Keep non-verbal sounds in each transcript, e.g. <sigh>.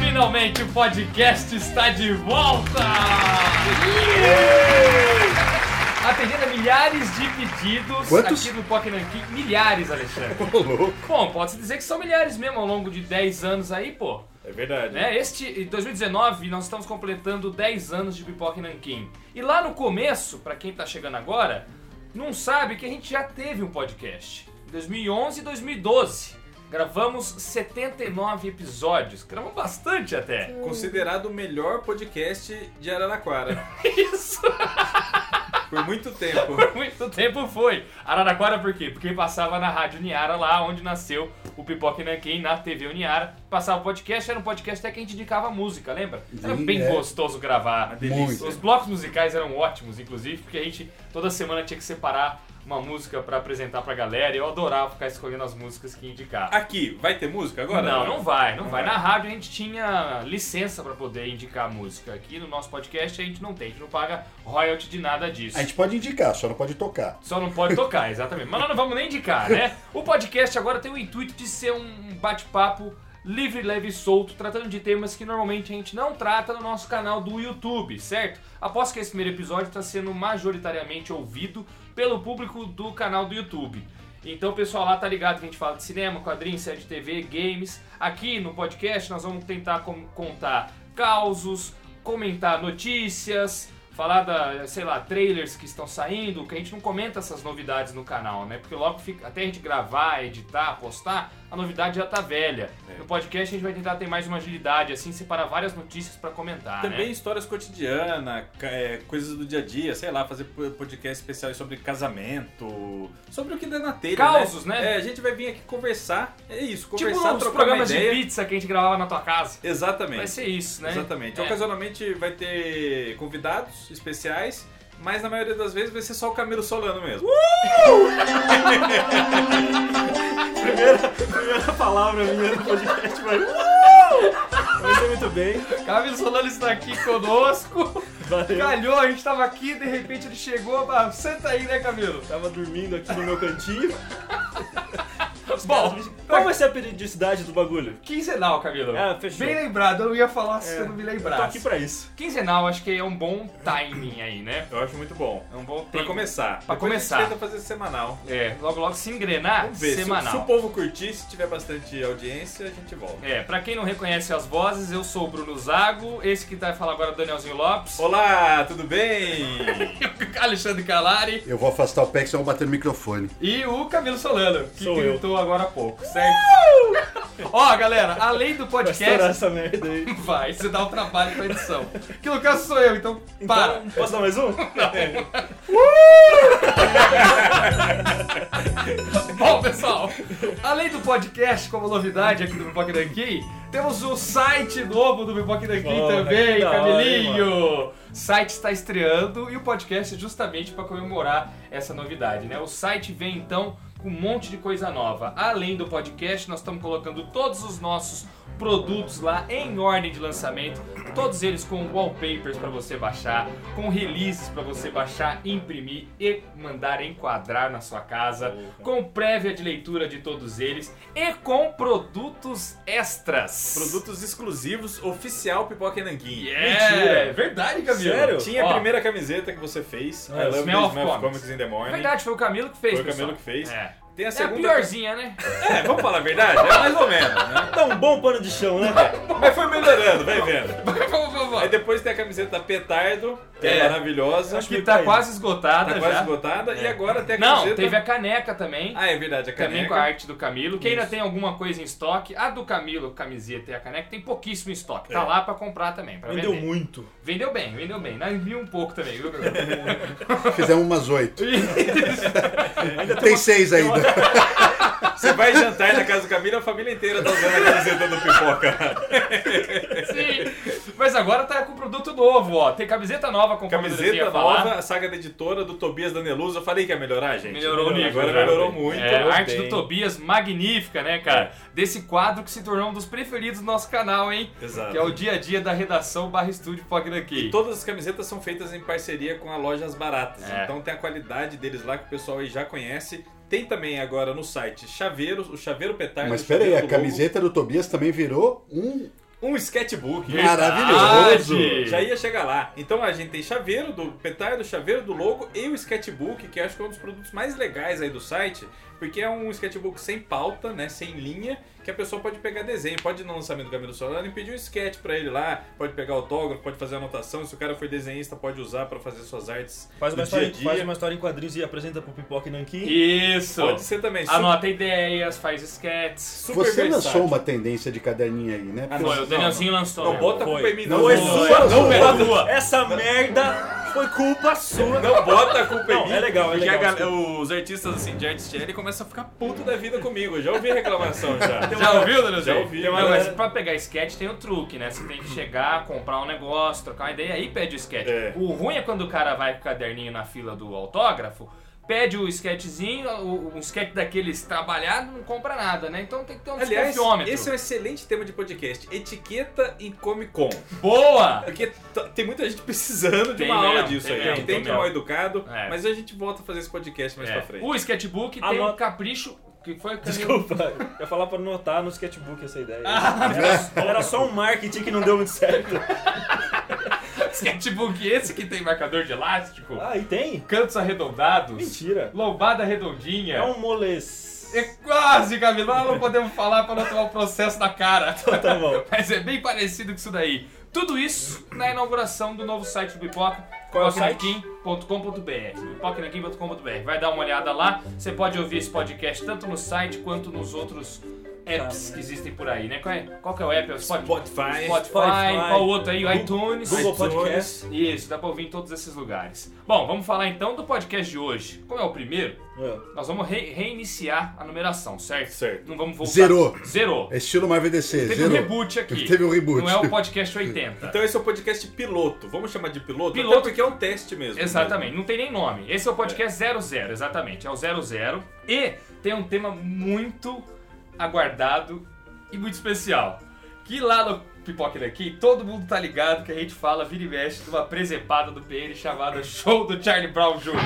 Finalmente o podcast está de volta! Atendendo a milhares de pedidos Quantos? aqui do Pokénanki. Milhares, Alexandre. <laughs> Ô, louco. Bom, pode-se dizer que são milhares mesmo ao longo de 10 anos aí, pô. É verdade. Né? Este, em 2019, nós estamos completando 10 anos de Pipoca e Nanquim. E lá no começo, pra quem tá chegando agora, não sabe que a gente já teve um podcast. Em 2011 e 2012. Gravamos 79 episódios. Gravamos bastante até. Considerado o melhor podcast de Araraquara. Isso! <laughs> Por muito tempo. Por muito tempo foi. Araraquara por quê? Porque passava na Rádio Niara, lá onde nasceu o Pipoca e Nanquim, na TV Uniara. Passava podcast, era um podcast até que a gente indicava música, lembra? Era Sim, bem é. gostoso gravar. delícia. Os blocos musicais eram ótimos, inclusive, porque a gente toda semana tinha que separar uma música pra apresentar pra galera. E eu adorava ficar escolhendo as músicas que indicar. Aqui, vai ter música agora? Não, não vai, não, Não vai. vai. Na rádio a gente tinha licença pra poder indicar a música. Aqui no nosso podcast a gente não tem, a gente não paga royalty de nada disso. A gente pode indicar, só não pode tocar. Só não pode tocar, <laughs> exatamente. Mas nós não vamos nem indicar, né? O podcast agora tem o intuito de ser um bate-papo livre, leve e solto, tratando de temas que normalmente a gente não trata no nosso canal do YouTube, certo? Aposto que esse primeiro episódio está sendo majoritariamente ouvido pelo público do canal do YouTube. Então o pessoal lá tá ligado que a gente fala de cinema, quadrinhos, série de TV, games. Aqui no podcast nós vamos tentar com- contar causos, comentar notícias, falar da, sei lá, trailers que estão saindo, que a gente não comenta essas novidades no canal, né? Porque logo fica- até a gente gravar, editar, postar, a novidade já tá velha. É. No podcast a gente vai tentar ter mais uma agilidade, assim, separar várias notícias pra comentar, né? Também histórias cotidianas, ca- é, coisas do dia a dia, sei lá, fazer po- podcast especiais sobre casamento, sobre o que der na telha. Causos, né? É, a gente vai vir aqui conversar, é isso, Tipo conversar, os trocar uma programas de ideia. pizza que a gente gravava na tua casa. Exatamente. Vai ser isso, né? Exatamente. É. Ocasionalmente vai ter convidados especiais, mas na maioria das vezes vai ser só o Camilo Solano mesmo. Primeira, primeira palavra minha no podcast vai. Uh! Vai ser muito bem. Camilo Solano está aqui conosco. Valeu. Calhou, a gente tava aqui, de repente ele chegou, mas senta aí, né, Camilo? Tava dormindo aqui no meu cantinho. <laughs> Bom, Qual vai ser a periodicidade do bagulho? quinzenal, Camilo. Ah, fechou. Bem lembrado, eu não ia falar se É, eu não me Tô lembrasse. aqui pra isso. Quinzenal, acho que é um bom timing aí, né? Eu acho muito bom. É um bom tempo. Pra começar. Pra Depois começar. A gente tenta fazer semanal. É, logo logo se engrenar, Vamos ver. se- semanal. Se, o povo curtir, se tiver bastante audiência, a gente volta. É, pra quem não reconhece as vozes, eu sou o Bruno Zago, esse que tá falando agora é o Danielzinho Lopes, <laughs> Olá, tudo bem? Alexandre Calari Eu vou afastar o pé que senão eu vou bater no microfone. e o Camilo Solano, que Sou eu. Uh! gritou agora há pouco, certo? Ó, galera, além do Vai estourar podcast, essa merda aí. <laughs> vai, você dá um trabalho pra edição. Que no caso sou eu, então para. Então, <laughs> posso dar mais um? Bom, pessoal, além do podcast como novidade aqui do Pipoca Nanquim, temos o site novo do Pipoca Nanquim Porra, também, que da hora, Cabelinho! O site está estreando e o podcast é justamente para comemorar essa novidade, né? O site vem então com um monte de coisa nova. Além do podcast, nós estamos colocando todos os nossos produtos lá em ordem de lançamento, todos eles com wallpapers para você baixar, com releases para você baixar, imprimir e mandar enquadrar na sua casa, com prévia de leitura de todos eles e com produtos extras. Produtos exclusivos, oficial Pipoca e Nanquim. Yeah, É Mentira. verdade, Camilo. Sério? Tinha Ó, a primeira camiseta que você fez. I É, love Smell the of smell of Comics. comics in the É morning. verdade, foi o Camilo que fez. Foi o pessoal. Camilo que fez. É. Tem É a a segunda. piorzinha, né? É, vamos falar a verdade? É mais ou menos, né? Tá um bom pano de chão, né, velho? Mas foi melhorando, vai vendo. <laughs> vamos, vamos, Aí vamos. depois tem a camiseta Petardo, que é, É. maravilhosa. Acho Que meio tá caído. quase esgotada tá já. É. quase esgotada. E agora tem a Não, camiseta. teve a caneca também. Ah, é verdade, a Também caneca. com a arte do Camilo. Quem ainda tem alguma coisa em estoque, a do Camilo, camiseta e a caneca, tem pouquíssimo em estoque. É. Tá lá pra comprar também, pra Vendeu vender. muito. Vendeu bem, vendeu bem. Nós vi um pouco também, viu, Camilo? <laughs> Fizemos umas oito. Tem seis ainda. Você vai jantar na casa do Camilo, a família inteira tá usando a camiseta do Pipoca. Sim. Mas agora tá com produto novo, ó. Tem camiseta nova, conforme o Danielzinho Camiseta ia falar. nova, a saga da editora do Tobias Daneluz. Eu falei que ia melhorar, gente. Melhorou o nível. Agora né? melhorou muito. É, a arte Gostei. É. do Tobias, magnífica, né, cara? Desse quadro que se tornou um dos preferidos do nosso canal, hein? Exato. Que é o dia a dia da redação barra estúdio Pogna aqui. Todas as camisetas são feitas em parceria com a Lojas Baratas. É. Então tem a qualidade deles lá que o pessoal aí já conhece. Tem também agora no site chaveiros, o chaveiro petardo. Mas peraí, peraí, a camiseta do Tobias também virou um um sketchbook. Maravilhoso. Verdade. Já ia chegar lá. Então a gente tem chaveiro do Petardo, chaveiro do logo e o sketchbook, que acho que é um dos produtos mais legais aí do site, porque é um sketchbook sem pauta, né, sem linha, que a pessoa pode pegar desenho, pode ir no lançamento do Camilo Solano e pedir um sketch pra ele lá, pode pegar autógrafo, pode fazer anotação, se o cara for desenhista pode usar pra fazer suas artes Faz do uma, dia a história, dia. faz uma história em quadrinhos e apresenta pro Pipoca e Nanquim. Isso. Pode ser também. Ah, Su- Anota ideias, faz sketches. super Você versátil. lançou uma tendência de caderninho aí, né? Ah, Porque não, Foi, o Danielzinho lançou. né? Não bota a Foi. culpa em mim, Não, não. Foi não, é sua não, culpa. não, não. Essa merda foi culpa sua. Não bota a culpa em Não, mim. é legal, é porque a legal, gal- os artistas assim, de artes ele começam a ficar puto da vida comigo. Eu já ouvi reclamação já. Já ouviu, Danielzinho? Já ouvi. né? Não, Galera- mas pra pegar sketch tem o truque, né? Você tem que chegar, comprar um negócio, trocar uma ideia, aí pede o sketch. É. O ruim é quando o cara vai com o caderninho na fila do autógrafo, pede o sketchzinho, o- um sketch daqueles trabalhado, não compra nada, né? Então tem que ter um Aliás, desconfiômetro. esse é um excelente tema de podcast. Etiqueta em Comic Con. Boa! Porque t- tem muita gente <laughs> precisando de Tem uma aula mesmo, disso tem aí. mesmo, tem tem que é mal mesmo. educado, É. mas a gente volta a fazer esse podcast mais É. pra frente. O sketchbook tem Anota- um capricho que foi o caminho- Desculpa, eu ia falar pra anotar no sketchbook essa ideia. <laughs> Era, era só um marketing que não deu muito certo. sketchbook esse que tem marcador de elástico, Ah, e tem? cantos arredondados, Mentira. lombada redondinha. É um moles. É quase, Camilo. Nós não podemos falar pra não tomar o processo na cara. <laughs> Tá bom. Mas é bem parecido com isso daí. Tudo isso na inauguração do novo site do Pipoca, Qual é o site? pipoquinaquim.com.br. pipoquinaquim.com.br. Vai dar uma olhada lá. Você pode ouvir esse podcast tanto no site quanto nos outros apps que existem por aí, né? Qual, é, qual que é o app? É o Spotify, Spotify. Spotify, Spotify. qual o outro aí? O iTunes. Google iTunes. Podcast. Isso, dá pra ouvir em todos esses lugares. Bom, vamos falar então do podcast de hoje. Como é o primeiro, É. nós vamos re- reiniciar a numeração, certo? Certo. Não vamos voltar. Zerou. Zerou. É estilo Marvel DC, Teve um zerou. reboot aqui. Teve um reboot. Não é o podcast 80. Então esse é o podcast piloto. Vamos chamar de piloto? Piloto. Até porque é um teste mesmo. Exatamente, não tem nem nome. Esse é o podcast 00, exatamente. É o 00. E tem um tema muito aguardado e muito especial. Que lá no Pipoca daqui, todo mundo tá ligado que a gente fala, vira e mexe, de uma presepada do PN chamada Show do Charlie Brown Jr.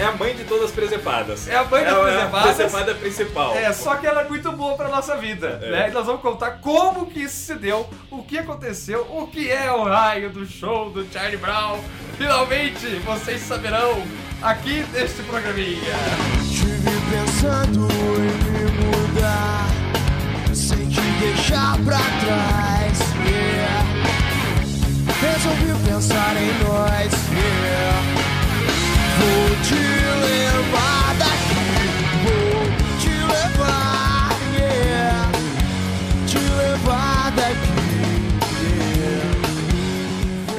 É a mãe de todas as presepadas. É a mãe das é presepadas. É a presepada principal. É, só que ela é muito boa pra nossa vida, É. né? E nós vamos contar como que isso se deu, o que aconteceu, o que é o raio do show do Charlie Brown. Finalmente, vocês saberão aqui neste programinha. Estive pensando em me mudar Sem te deixar pra trás yeah. Resolvi pensar em nós yeah. Vou te levar daqui Vou te levar yeah. Te levar daqui yeah.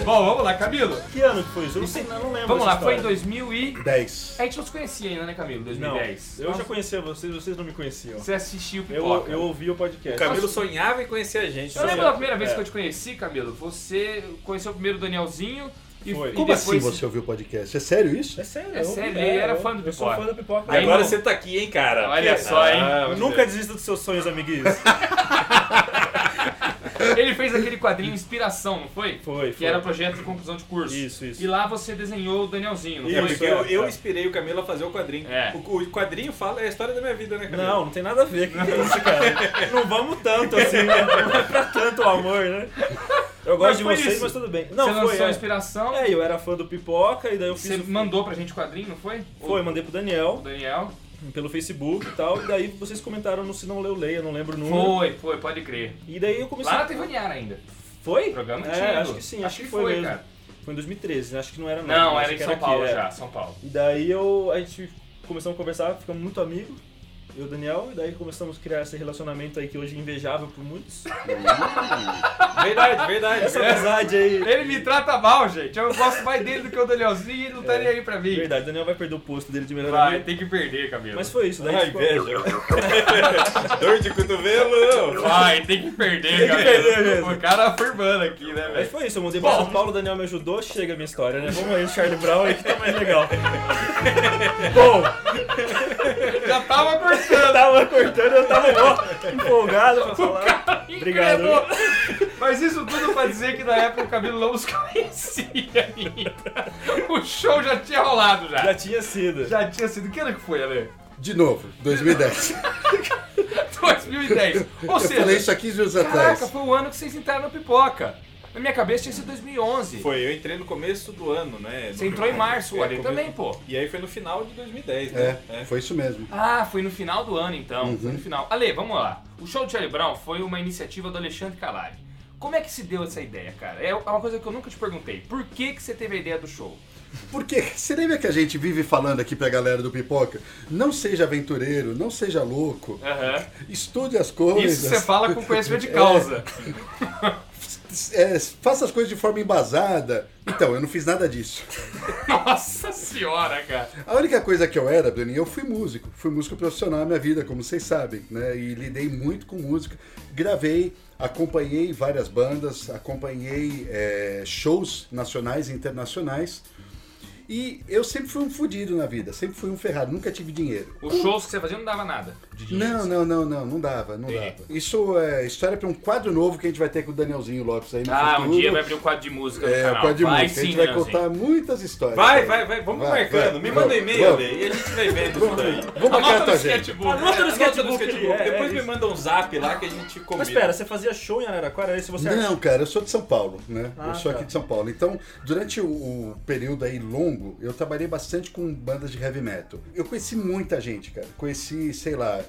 Bom, vamos lá, Camilo. Que ano que foi isso? Eu não sei, eu não lembro. Vamos essa lá, foi em história. 2000 e... 10. A gente não se conhecia ainda, né, Camilo? 2010. Não, eu já conhecia vocês, vocês não me conheciam. Você assistiu o Eu, Pipoca. eu ouvi o podcast. O Camilo sonhava em conhecer a gente. Eu lembro Sim. da primeira vez É. que eu te conheci, Camilo. Você conheceu primeiro o Danielzinho e, Foi. e Como depois... assim você ouviu o podcast? É sério isso? É sério, É eu ouvi- sério, ele era eu- fã do Eu sou Pipoca. fã do Pipoca. Aí, Agora não. você tá aqui, hein, cara? Olha só, é, hein? Nunca desista dos seus sonhos, amiguinhos. Ele fez aquele quadrinho Inspiração, não foi? Foi, Que foi. era projeto de conclusão de curso. Isso, isso. E lá você desenhou o Danielzinho, não É foi? porque Isso, eu, é, eu é. inspirei o Camilo a fazer o quadrinho. É. O, o quadrinho fala é a história da minha vida, né, Camilo? <laughs> Não, não tem nada a ver <laughs> com isso, cara. Não vamos tanto assim, né? Não é pra tanto o amor, né? Mas Eu gosto de foi vocês, isso. mas tudo bem. Você Não, foi. lançou a é. Inspiração, É, eu era fã do Pipoca e daí eu fiz. você o- mandou pra gente o quadrinho, não foi? Foi, mandei pro Daniel O Daniel? pelo Facebook e tal. E daí vocês comentaram no Se Não Leu Leia, não lembro o número. Foi, foi, pode crer. E daí eu comecei. Lá na TV Niara ainda. Foi? Programa é, antigo. acho que sim, acho, que, foi, mesmo. cara. Foi em 2013, né? acho que não era Não, acho era em que São aqui, Paulo é. já, São Paulo. E daí eu, a gente começamos a conversar, ficamos muito amigos, eu e o Daniel, e daí começamos a criar esse relacionamento aí que hoje é invejável por muitos. Verdade, verdade. verdade. Essa amizade aí. Ele me trata mal, gente. Eu gosto mais dele do que o Danielzinho e ele não tá nem aí pra mim. É. Verdade, o Daniel vai Ah, perder o posto dele de melhor Vai, amigo. tem que perder, Camilo. Mas foi isso, daí a Ai, gente ficou- inveja. <laughs> Dor de cotovelo, não. Vai, tem que perder, que Camilo. perder mesmo. O cara afirmando aqui, né, Mas velho? foi isso, eu mudei pra São Paulo, o Daniel me ajudou, chega a minha história, né? Vamos aí, Charlie Brown aí que tá mais <laughs> legal. Bom, Já tava eu cortando. tava cortando, eu tava ó, empolgado pra falar. Obrigado. Incremou. Mas isso tudo pra dizer que na época o Camilo não os conhecia ainda. O show já tinha rolado Já já. tinha sido. Já tinha sido. Que ano que foi, Ale? De novo, 2010. 2010. Ou Eu falei seja, isso há 15 anos caraca, atrás. foi o ano que vocês entraram no pipoca. Na minha cabeça tinha sido 2011. Foi, eu entrei no começo do ano, né? Você entrou em março, o É, Ale começo- também, pô. E aí foi no final de 2010, né? É, foi isso mesmo. Ah, foi no final do ano então. Foi Uhum. no final. Ale, vamos lá. O show do Charlie Brown foi uma iniciativa do Alexandre Calari. Como é que se deu essa ideia, cara? É uma coisa que eu nunca te perguntei. Por que, que você teve a ideia do show? Porque você lembra que a gente vive falando aqui pra galera do Pipoca? Não seja aventureiro, não seja louco, estude as coisas. Isso você fala com conhecimento de causa. É, faça as coisas de forma embasada. Então, eu não fiz nada disso. <laughs> Nossa senhora, cara. A única coisa que eu era, Bruninho, eu fui músico. Fui músico profissional na minha vida, como vocês sabem, né? E lidei muito com música. Gravei, acompanhei várias bandas, acompanhei é, shows nacionais e internacionais. E eu sempre fui um fudido na vida, sempre fui um ferrado, nunca tive dinheiro. Os shows que você fazia não dava nada de dinheiro. assim? Não, não, não, não, não dava, não Entendi. dava. Isso é história pra um quadro novo que a gente vai ter com o Danielzinho Lopes aí no Ah, um futuro. dia vai abrir um quadro de música no É, canal. o quadro de vai sim, música. a gente vai Leonzinho. contar muitas histórias. Vai, vai, vai, vamos Vai, marcando. vai. Me manda um Vamos, e-mail, vamos. Ale, e a gente vai vendo isso daí. Vamos marcar a Anota no tua gente. sketchbook. Anota no É, anota sketchbook ali, é, é Depois me isso. manda um zap lá que a gente combina. Mas espera, você fazia show em Araraquara? Aí se você Não, cara, eu sou de São Paulo, né? Ah, eu sou aqui tá. de São Paulo. Então, durante o, o período aí longo, eu trabalhei bastante com bandas de heavy metal. Eu conheci muita gente, cara. Conheci, sei lá,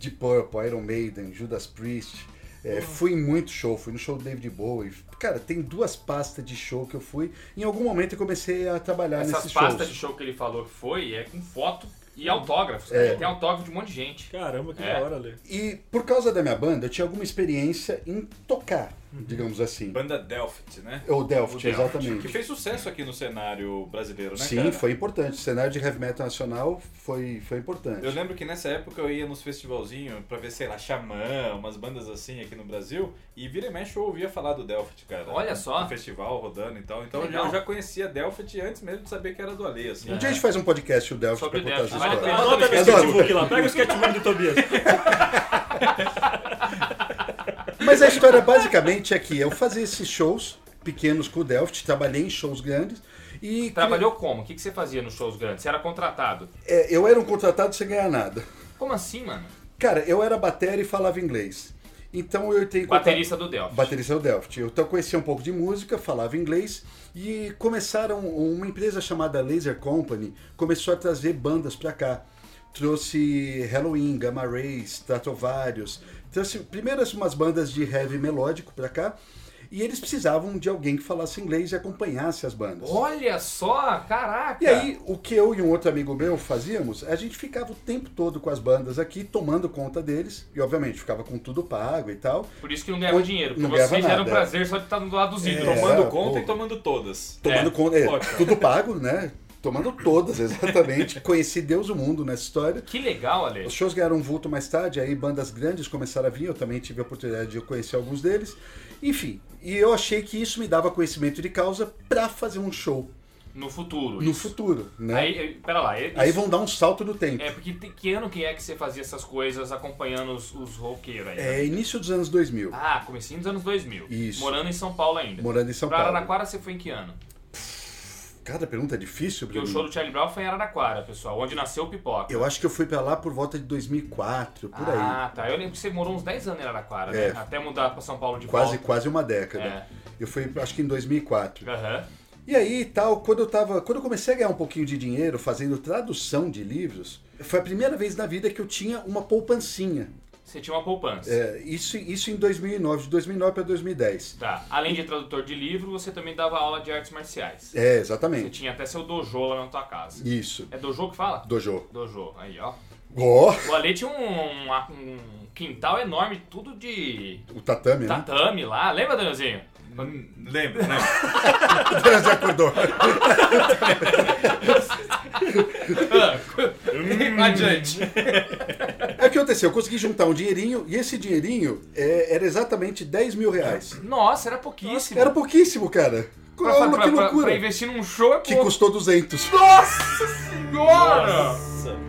Deep Purple, Iron Maiden, Judas Priest. Hum. É, Fui em muito show, fui no show do David Bowie. Cara, tem duas pastas de show que eu fui. Em algum momento eu comecei a trabalhar Essas nesses shows. pastas de show que ele falou que foi é com foto e autógrafos. É. cara. Tem autógrafo de um monte de gente. Caramba, que É. da hora, Ale. E por causa da minha banda, eu tinha alguma experiência em tocar, digamos assim. Banda Delft, né? Ou Delft, Uhum. Delft, exatamente. Que fez sucesso aqui no cenário brasileiro, né, Sim, cara? foi importante. O cenário de heavy metal nacional foi, foi importante. Eu lembro que nessa época eu ia nos festivalzinhos pra ver, sei lá, Xamã, umas bandas assim aqui no Brasil, e vira e mexe eu ouvia falar do Delft, cara. Olha só. No festival, rodando e tal. Então eu já, Legal. eu já conhecia Delft antes mesmo de saber que era do Ale, assim. Um dia a gente faz um podcast o Delft É. Sobre pra o contar Delft. essa Vale a história. pena. Anota Anota meu no sketchbook lá, pega o sketchbook do Tobias. Mas a história basicamente é que eu fazia esses shows pequenos com o Delft, trabalhei em shows grandes e Trabalhou como? O que que você fazia nos shows grandes? Você era contratado? É, eu era um contratado sem ganhar nada. Como assim, mano? Cara, eu era batera e falava inglês. Então eu tenho Baterista do Delphi. Baterista do Delft. Eu então, conhecia um pouco de música, falava inglês e começaram uma empresa chamada Laser Company começou a trazer bandas pra cá. Trouxe Halloween, Gamma Ray, Stratovarius, trouxe primeiras umas bandas de heavy melódico pra cá e eles precisavam de alguém que falasse inglês e acompanhasse as bandas. Olha só, caraca. E aí, o que eu e um outro amigo meu fazíamos, a gente ficava o tempo todo com as bandas aqui, tomando conta deles, e obviamente ficava com tudo pago e tal. Por isso que não ganhava Não dinheiro. Porque ganhava vocês eram um nada. prazer só de estar do lado dos ídolos. Tomando É, conta pô. e tomando todas. Tomando É, conta. é, ótimo. tudo pago, né? Tomando todas, <laughs> exatamente. Conheci Deus o mundo nessa história. Que legal, Ale. Os shows ganharam um vulto mais tarde, aí bandas grandes começaram a vir, eu também tive a oportunidade de conhecer alguns deles. Enfim, e eu achei que isso me dava conhecimento de causa pra fazer um show No futuro. no isso. futuro, né? Aí, Aí, eh, pera lá. eh, isso- vão dar um salto no tempo. É, porque tem- que ano que é que você fazia essas coisas acompanhando os, os roqueiros aí? É início dos anos 2000, Ah, comecinho dos anos 2000. Isso. Morando em São Paulo ainda. morando em São pra Paulo. Araraquara você foi em que ano? Cada pergunta é difícil, Porque Bruno. o show do Charlie Brown foi em Araraquara, pessoal, onde nasceu o Pipoca. Eu acho que eu fui pra lá por volta de 2004, por aí. Ah, tá. Eu lembro que você morou uns 10 anos em Araraquara, É. né? Até mudar pra São Paulo de Quase, volta. quase uma década. É. Eu fui, acho que em 2004. Aham. E aí e tal, quando eu tava. Quando eu comecei a ganhar um pouquinho de dinheiro fazendo tradução de livros, foi a primeira vez na vida que eu tinha uma poupancinha. Você tinha uma poupança. É, isso, isso em 2009, de 2009 para 2010. Tá. Além de tradutor de livro, você também dava aula de artes marciais. É, Você exatamente. tinha até seu dojo lá na tua casa. Isso. É dojo que fala? Dojo. Dojo. Aí, ó. Ó, O Ale tinha um, um quintal enorme, tudo de o tatame, né? tatame lá. Lembra, Danielzinho? Hum, Lembro, né? <laughs> Já acordou. Hum. <laughs> Adiante. É o que aconteceu, eu consegui juntar um dinheirinho e esse dinheirinho é, era exatamente 10 mil reais. Nossa, era pouquíssimo. Era pouquíssimo, cara. É. pra, Olha pra- que pra- pra loucura. investir num show é Que pouco. custou 200. Nossa senhora! Nossa.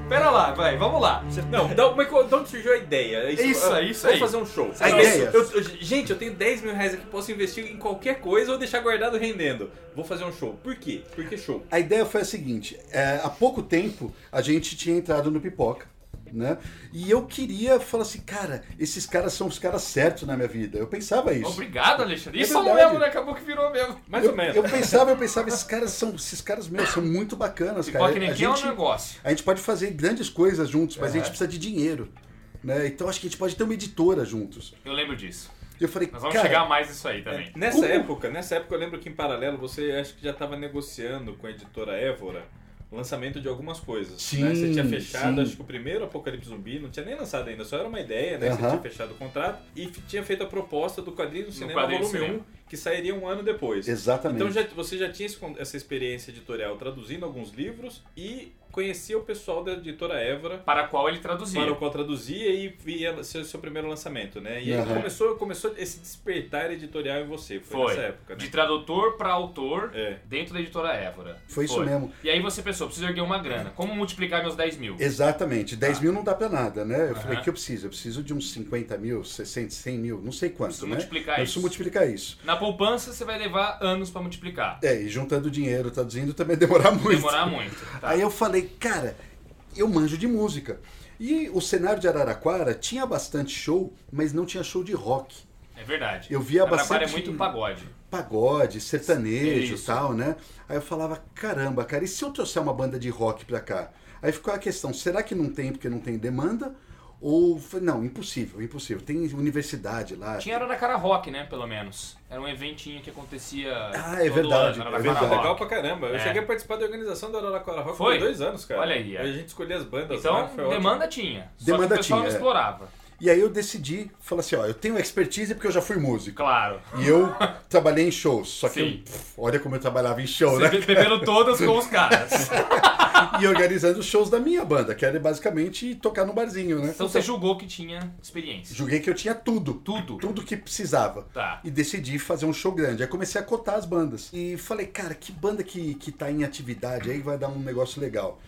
Pera lá, vai, vamos lá. <laughs> Não, da, mas co- de onde surgiu a ideia? Isso, ah, isso vamos aí. fazer um show. A ideia. Eu- eu- gente, eu tenho 10 mil reais aqui, posso investir em qualquer coisa ou deixar guardado rendendo. Vou fazer um show. Por quê? Porque show. A ideia foi a seguinte: é, há pouco tempo a gente tinha entrado no Pipoca, né? E eu queria falar assim, cara, esses caras são os caras certos na minha vida. Eu pensava isso. Obrigado, Alexandre. É Isso é verdade. mesmo, né? Acabou que virou mesmo. Mais eu, ou menos. eu pensava, eu pensava, esses caras são, esses caras meus são muito bacanas, cara. Pipoca nem a aqui é um gente, negócio. É. a gente pode fazer grandes coisas juntos, mas a gente precisa de dinheiro, né? Então acho que a gente pode ter uma editora juntos. Eu lembro disso. E eu falei, Nós vamos cara, chegar mais nisso aí também. É, Nessa Como? época, nessa época eu lembro que em paralelo você acho que já estava negociando com a editora Évora o lançamento de algumas coisas. Sim, né? Você tinha fechado, sim. acho que o primeiro Apocalipse Zumbi, não tinha nem lançado ainda, só era uma ideia, né? Você Aham. tinha fechado o contrato e f- tinha feito a proposta do quadrinho do cinema Quadrinho do volume Cinema. 1, que sairia um ano depois. exatamente. Então já- você já tinha esse con- essa experiência editorial traduzindo alguns livros e conhecia o pessoal da editora Évora Para a qual ele traduzia. para o qual traduzia e via seu, seu primeiro lançamento, né? E aí Aham. começou, começou esse despertar editorial em você, foi, Foi. nessa época, né? De tradutor para autor É. dentro da editora Évora. Foi isso mesmo. E aí você pensou, preciso erguer uma grana. Como multiplicar meus 10 É. mil? Exatamente. 10 mil não dá pra nada, né? Eu falei, Ah. Aham. o que eu preciso? Eu preciso de uns 50 mil, 60, 100 mil, não sei quanto, Preciso né? multiplicar eu isso. preciso multiplicar isso. Na poupança você vai levar anos para multiplicar. É, e juntando dinheiro, traduzindo, também <laughs> demorar muito. Demorar muito. Tá. Aí eu falei, cara, eu manjo de música. E o cenário de Araraquara tinha bastante show, mas não tinha show de rock. É verdade. Eu via Araraquara bastante- é muito pagode. Pagode, sertanejo e Isso. tal, né? Aí eu falava, caramba, cara, e se eu trouxer uma banda de rock pra cá? Aí ficou a questão, será que não tem porque não tem demanda? Ou, foi- não, impossível, impossível. Tem universidade lá. Tinha Araraquara Rock, né? Pelo menos. Era um eventinho que acontecia. Ah, é todo Ano, verdade, é Araraquara Foi verdade. legal Rock. pra caramba. Eu É. cheguei a participar da organização da Araraquara Rock Foi? por dois anos, cara. Olha aí, é. A gente escolhia as bandas lá, Então, É, foi ótimo. demanda tinha. Só Demanda que o pessoal tinha, não é. explorava. E aí eu decidi, falar assim, ó, eu tenho expertise porque eu já fui músico. <laughs> Claro. E eu trabalhei em shows, só que Sim. eu- pff, olha como eu trabalhava em show, Você né? be- beberam todas com os caras. e organizando os shows da minha banda, que era basicamente tocar no barzinho, né? Então você julgou que tinha experiência. Julguei que eu tinha tudo, Tudo. tudo que precisava. Tá. E decidi fazer um show grande. Aí comecei a cotar as bandas. E falei, cara, que banda que, que tá em atividade aí vai dar um negócio legal.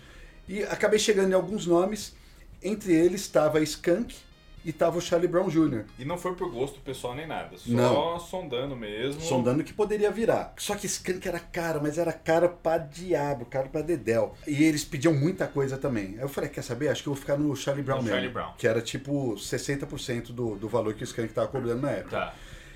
E acabei chegando em alguns nomes, entre eles estava Skunk e estava o Charlie Brown Jr. E não foi por gosto pessoal nem nada. Só Não. sondando mesmo. Hum. sondando que poderia virar. Só que Skank era caro, mas era caro pra diabo, caro pra dedéu. E eles pediam muita coisa também. Aí eu falei, quer saber? Acho que eu vou ficar no Charlie Brown No mesmo. Charlie Brown. Que era tipo 60% do, do valor que o Skank tava cobrando na época. Tá.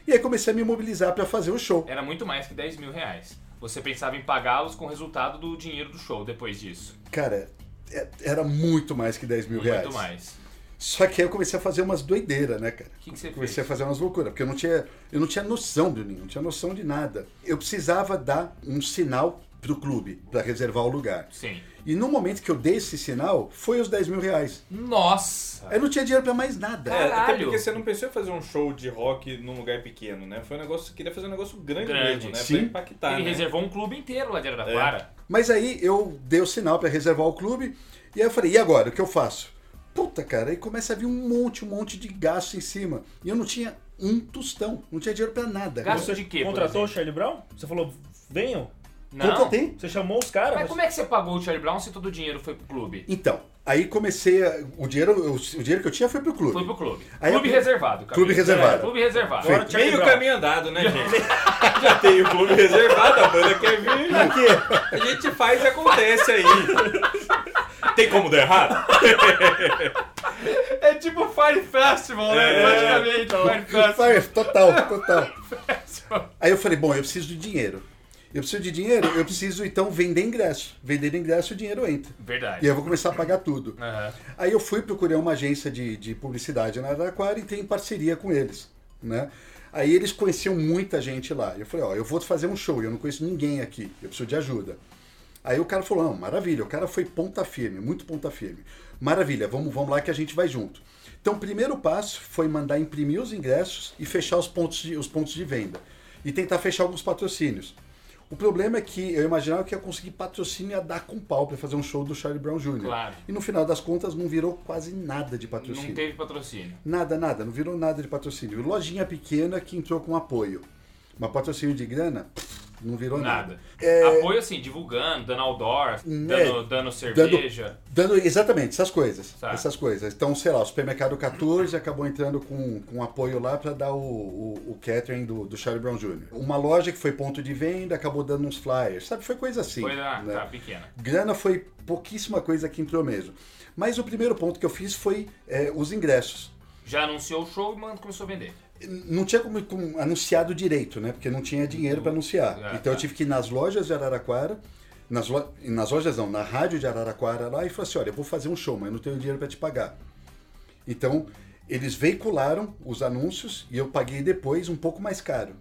E aí comecei a me mobilizar pra fazer o show. Era muito mais que 10 mil reais. Você pensava em pagá-los com o resultado do dinheiro do show depois disso. Cara, é- era muito mais que 10 mil reais. Muito mais. Só que aí eu comecei a fazer umas doideiras, né, cara? Que que você comecei fez? a fazer umas loucuras, porque eu não tinha, eu não tinha noção do ninho, não tinha noção de nada. Eu precisava dar um sinal pro clube pra reservar o lugar. Sim. E no momento que eu dei esse sinal, foi os 10 mil reais. Nossa! Aí não tinha dinheiro pra mais nada. É, até Caralho. porque você não pensou em fazer um show de rock num lugar pequeno, né? Foi um negócio, você queria fazer um negócio grande, Grande, mesmo, né? sim. Pra impactar, Ele né? reservou um clube inteiro lá de Araraquara. Mas aí eu dei o sinal pra reservar o clube. E aí eu falei, e agora? O que eu faço? Puta, cara, aí começa a vir um monte, um monte de gasto em cima. E eu não tinha um tostão. Não tinha dinheiro pra nada. Gasto Eu- de quê? por Contratou o exemplo? Charlie Brown? Você falou, venham. É. Não. Contratei. Você chamou os caras. Mas como é que você pagou o Charlie Brown se todo o dinheiro foi pro clube? Então, aí comecei a... O dinheiro, eu- o dinheiro que eu tinha foi pro clube. Foi pro clube. Aí clube eu- reservado, cara. Clube reservado. Clube reservado. Feito. Charlie Meio Brown. caminho andado, né, gente? Já tem o clube reservado, a banda quer vir. <laughs> A gente faz e acontece aí. Tem como dar errado? É tipo Fire Festival, né? É, Praticamente. <laughs> Fire Festival. Fire, total, total. Aí eu falei, bom, eu preciso de dinheiro. Eu preciso de dinheiro, eu preciso então vender ingresso. Vender ingresso, o dinheiro entra. E Verdade. aí eu vou começar a pagar tudo. Aham. Aí eu fui procurar uma agência de, de publicidade na Araraquara e entrei em parceria com eles, né? Aí eles conheciam muita gente lá. Eu falei, ó, eu vou fazer um show, eu não conheço ninguém aqui, eu preciso de ajuda. Aí o cara falou, não, maravilha, o cara foi ponta firme, muito ponta firme. Maravilha, vamos, vamos lá que a gente vai junto. Então o primeiro passo foi mandar imprimir os ingressos e fechar os pontos de, os pontos de venda. E tentar fechar alguns patrocínios. O problema é que eu imaginava que ia conseguir patrocínio a dar com pau pra fazer um show do Charlie Brown Jr. Claro. E no final das contas não virou quase nada de Não patrocínio. teve patrocínio. Nada, nada, não virou nada de patrocínio. Lojinha pequena que entrou com apoio. Mas patrocínio de grana, pff, não virou nada. Nada. É, Apoio assim, divulgando, dando outdoor, É. dando, dando cerveja. Dando, exatamente, essas coisas. Tá. Essas coisas. Então, sei lá, o supermercado 14 acabou entrando com, com apoio lá para dar o, o, o catering do, do Charlie Brown Jr. Uma loja que foi ponto de venda acabou dando uns flyers, sabe? Foi coisa assim. Coisa ah, né? tá, pequena. Grana foi pouquíssima coisa que entrou mesmo. Mas o primeiro ponto que eu fiz foi é, os ingressos. Já anunciou o show e mano, começou a vender. Não tinha como, como anunciado direito, né? Porque não tinha dinheiro para anunciar. Ah, então tá. eu tive que ir nas lojas de Araraquara, nas, lo- nas lojas não, na rádio de Araraquara lá e falei assim: olha, eu vou fazer um show, mas eu não tenho dinheiro para te pagar. Então eles veicularam os anúncios e eu paguei depois um pouco mais caro.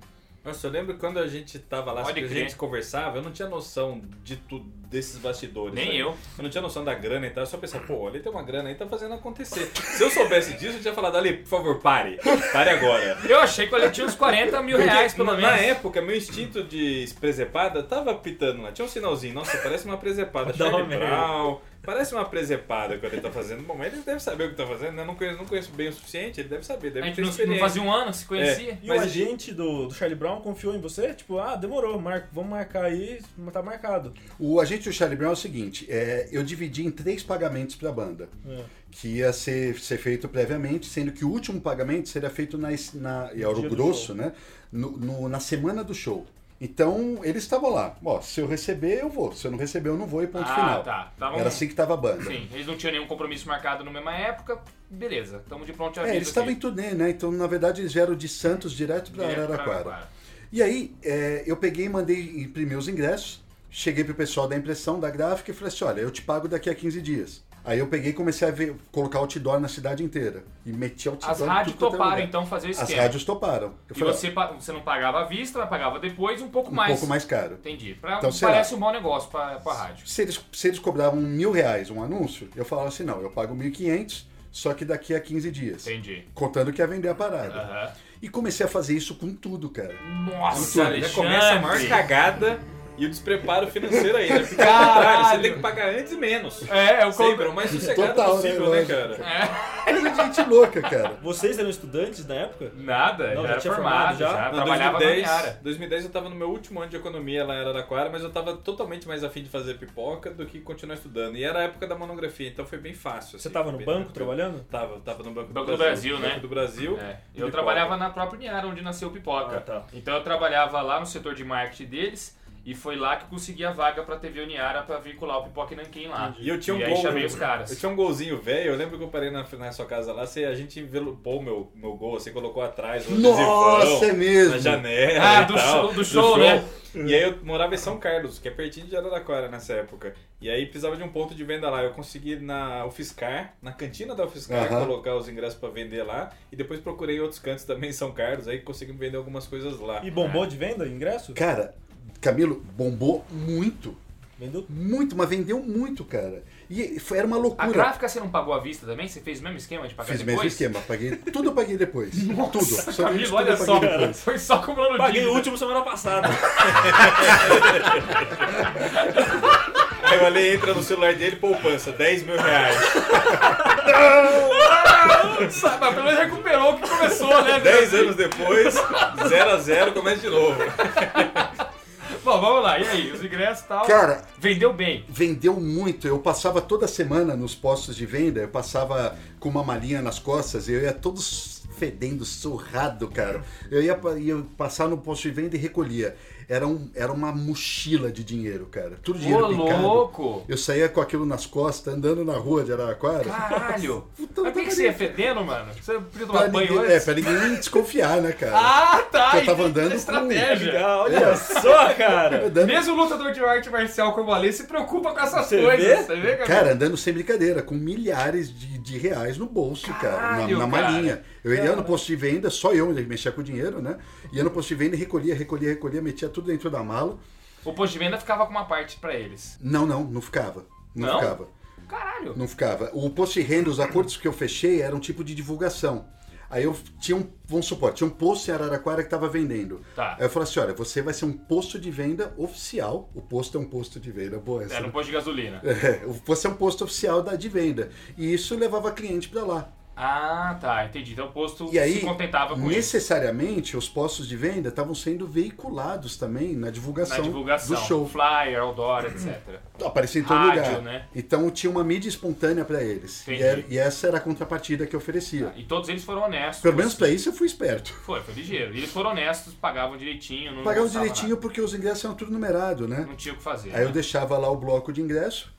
Nossa, eu lembro quando a gente tava lá, Pode que a crer. gente conversava, eu não tinha noção de tudo desses bastidores. Nem né? eu. Eu não tinha noção da grana e tal, eu só pensava, pô, ali tem uma grana aí, tá fazendo acontecer. Se eu soubesse disso, eu tinha falado, ali, por favor, pare. Pare agora. Eu achei que ele tinha uns 40 mil reais, Porque pelo na- menos. Na época, meu instinto de presepada tava pitando lá. Tinha um sinalzinho, nossa, parece <laughs> uma presepada. Dá um uma Charlie merda. Brown, parece uma presepada que ele tá fazendo. Bom, mas ele deve saber o que tá fazendo, né? Eu Não conheço, não conheço bem o suficiente, ele deve saber, A deve gente ter não, não experiência. fazia um ano, que se É. conhecia. E Mas- o agente do, do Charlie Brown confiou em você? Tipo, ah, demorou, mar... vamos marcar aí, mas tá marcado. O agente do Charlie Brown é o seguinte: é, eu dividi em três pagamentos para a banda. É. que ia ser, ser feito previamente, sendo que o último pagamento seria feito na, es- na e era o dia do grosso, show. né? No, no- na semana do show. Então, eles estavam lá. Ó, se eu receber, eu vou. Se eu não receber, eu não vou e ponto ah, final. tá. Tava Era assim que tava a banda. Sim, eles não tinham nenhum compromisso marcado na mesma época. Beleza, estamos de pronto aviso É, eles estavam em aqui. turnê, né? Então, na verdade, eles vieram de Santos direto para Direto pra Araraquara. E aí, é, eu peguei e mandei imprimir os ingressos, cheguei pro pessoal da impressão da gráfica e falei assim: olha, eu te pago daqui a 15 dias. Aí eu peguei e comecei a ver- colocar outdoor na cidade inteira. E meti outdoor As em rádios tudo quanto é toparam, lugar. então, fazer o As esquema. rádios toparam. Eu E falei, ó, você, pa- você não pagava à vista, mas pagava depois um pouco um mais. pouco mais caro. Entendi. Pra- Então, sei parece um bom negócio pra, pra rádio. Se eles, se eles cobravam mil reais um anúncio, eu falava assim, não, eu pago 1.500, só que daqui a 15 dias. Entendi. Contando que ia vender a parada. Aham. E comecei a fazer isso com tudo, cara. Nossa, Cara, já Alexandre. começa a maior cagada e o despreparo financeiro ainda. Porque ao Caralho. contrário, você tem que pagar antes e menos. É, eu Sempre, é compro. o mais sossegado Total, possível, né, né, lógico. cara? Coisa de gente louca, cara. Vocês eram estudantes na época? Nada, já Não, já era tinha formado, formado, já? já Não, trabalhava na minha área. 2010 eu tava no meu último ano de economia lá em Araraquara, mas eu tava totalmente mais afim de fazer pipoca do que continuar estudando. E era a época da monografia, então foi bem fácil. Você assim, tava foi no bem banco tranquilo. trabalhando? Tava, tava no Banco, Banco do Brasil, né? Banco do Brasil. É, eu Pipoca. trabalhava na própria minha área onde nasceu o Pipoca. Ah, tá. Então eu trabalhava lá no setor de marketing deles e foi lá que eu consegui a vaga pra TV Uniara pra veicular o Pipoca e Nanquim lá. E eu tinha um e aí gol. chamei eu- os caras. Eu tinha um golzinho velho, eu lembro que eu parei na, na sua casa lá, você, a gente envelopou o meu, meu gol, você colocou atrás. o adesivão. Nossa, é mesmo. <laughs> Na janela. Ah, e do tal, show- do show, né? E aí eu morava em São Carlos, que é pertinho de Araraquara nessa época. E aí precisava de um ponto de venda lá. Eu consegui na UFSCar, na cantina da UFSCar, Aham. colocar os ingressos pra vender lá. E depois procurei outros cantos também em São Carlos, aí consegui vender algumas coisas lá. E bombou de venda, ingresso? Cara, Camilo bombou muito. Vendeu? Muito, mas vendeu muito, cara. E foi- era uma A loucura. gráfica você não pagou à vista também? Você fez o mesmo esquema de pagar Fiz o depois? mesmo esquema, paguei, tudo eu <laughs> paguei depois. tudo. Absolutamente Camilo, tudo olha eu só, paguei depois. foi só comprando Paguei dívida. o último semana passada. Aí o Ale entra no celular dele, poupança, 10 mil reais. <laughs> Sabe, mas pelo menos recuperou o que começou, né? 10 anos depois, 0 a 0 começa de novo. Bom, vamos lá. E aí, os ingressos e tal. Cara, Vendeu bem. vendeu muito. Eu passava toda semana nos postos de venda, eu passava com uma malinha nas costas e eu ia todo fedendo, surrado, cara. Eu ia, pa- ia passar no posto de venda e recolhia. Era, um, era uma mochila de dinheiro, cara. Tudo dinheiro Ô, picado. louco. Eu saía com aquilo nas costas, andando na rua de Araraquara. Caralho. Puta, Mas por que, que você ia fedendo, mano? Você podia tomar pra banho ninguém, antes? é, pra ninguém desconfiar, né, cara? Ah, tá. Porque eu tava entendi andando a com- estratégia. Ah, olha só, <laughs> cara. Andando- Mesmo o lutador de arte marcial como o Ale se preocupa com essas Você coisas. vê? Você vê, Cara, andando sem brincadeira, com milhares de, de reais no bolso, cara, na- Caralho, na, cara. malinha. Eu ia no posto de venda, só eu onde mexia com o dinheiro, né? Ia no posto de venda e recolhia, recolhia, recolhia, metia tudo dentro da mala. O posto de venda ficava com uma parte pra eles. Não, não, não ficava. Não, Não? ficava. Caralho. Não ficava. O posto de renda, os acordos que eu fechei eram um tipo de divulgação. Aí eu tinha um, vamos supor, tinha um posto em Araraquara que estava vendendo. Tá. Aí eu falei assim: olha, você vai ser um posto de venda oficial. O posto é um posto de venda, boa essa. <laughs> um Era né? um posto de gasolina. É, você é um posto oficial da de venda. E isso levava cliente pra lá. Ah, tá, entendi. Então o posto E aí, se contentava com isso. necessariamente, os postos de venda estavam sendo veiculados também na Na divulgação, divulgação, do show. flyer, outdoor, etc. Aparecia em todo Rádio, lugar. né? Então tinha uma mídia espontânea para eles. E, Entendi. Tá, era- e essa era a contrapartida que oferecia. E todos eles foram honestos. É. Pelo menos para isso eu fui esperto. Foi, foi ligeiro. E eles foram honestos, pagavam direitinho. Não né? Pagava gastava direitinho porque os ingressos eram tudo numerado, né? nada. Não tinha o que fazer. Aí eu né? deixava lá o bloco de ingresso,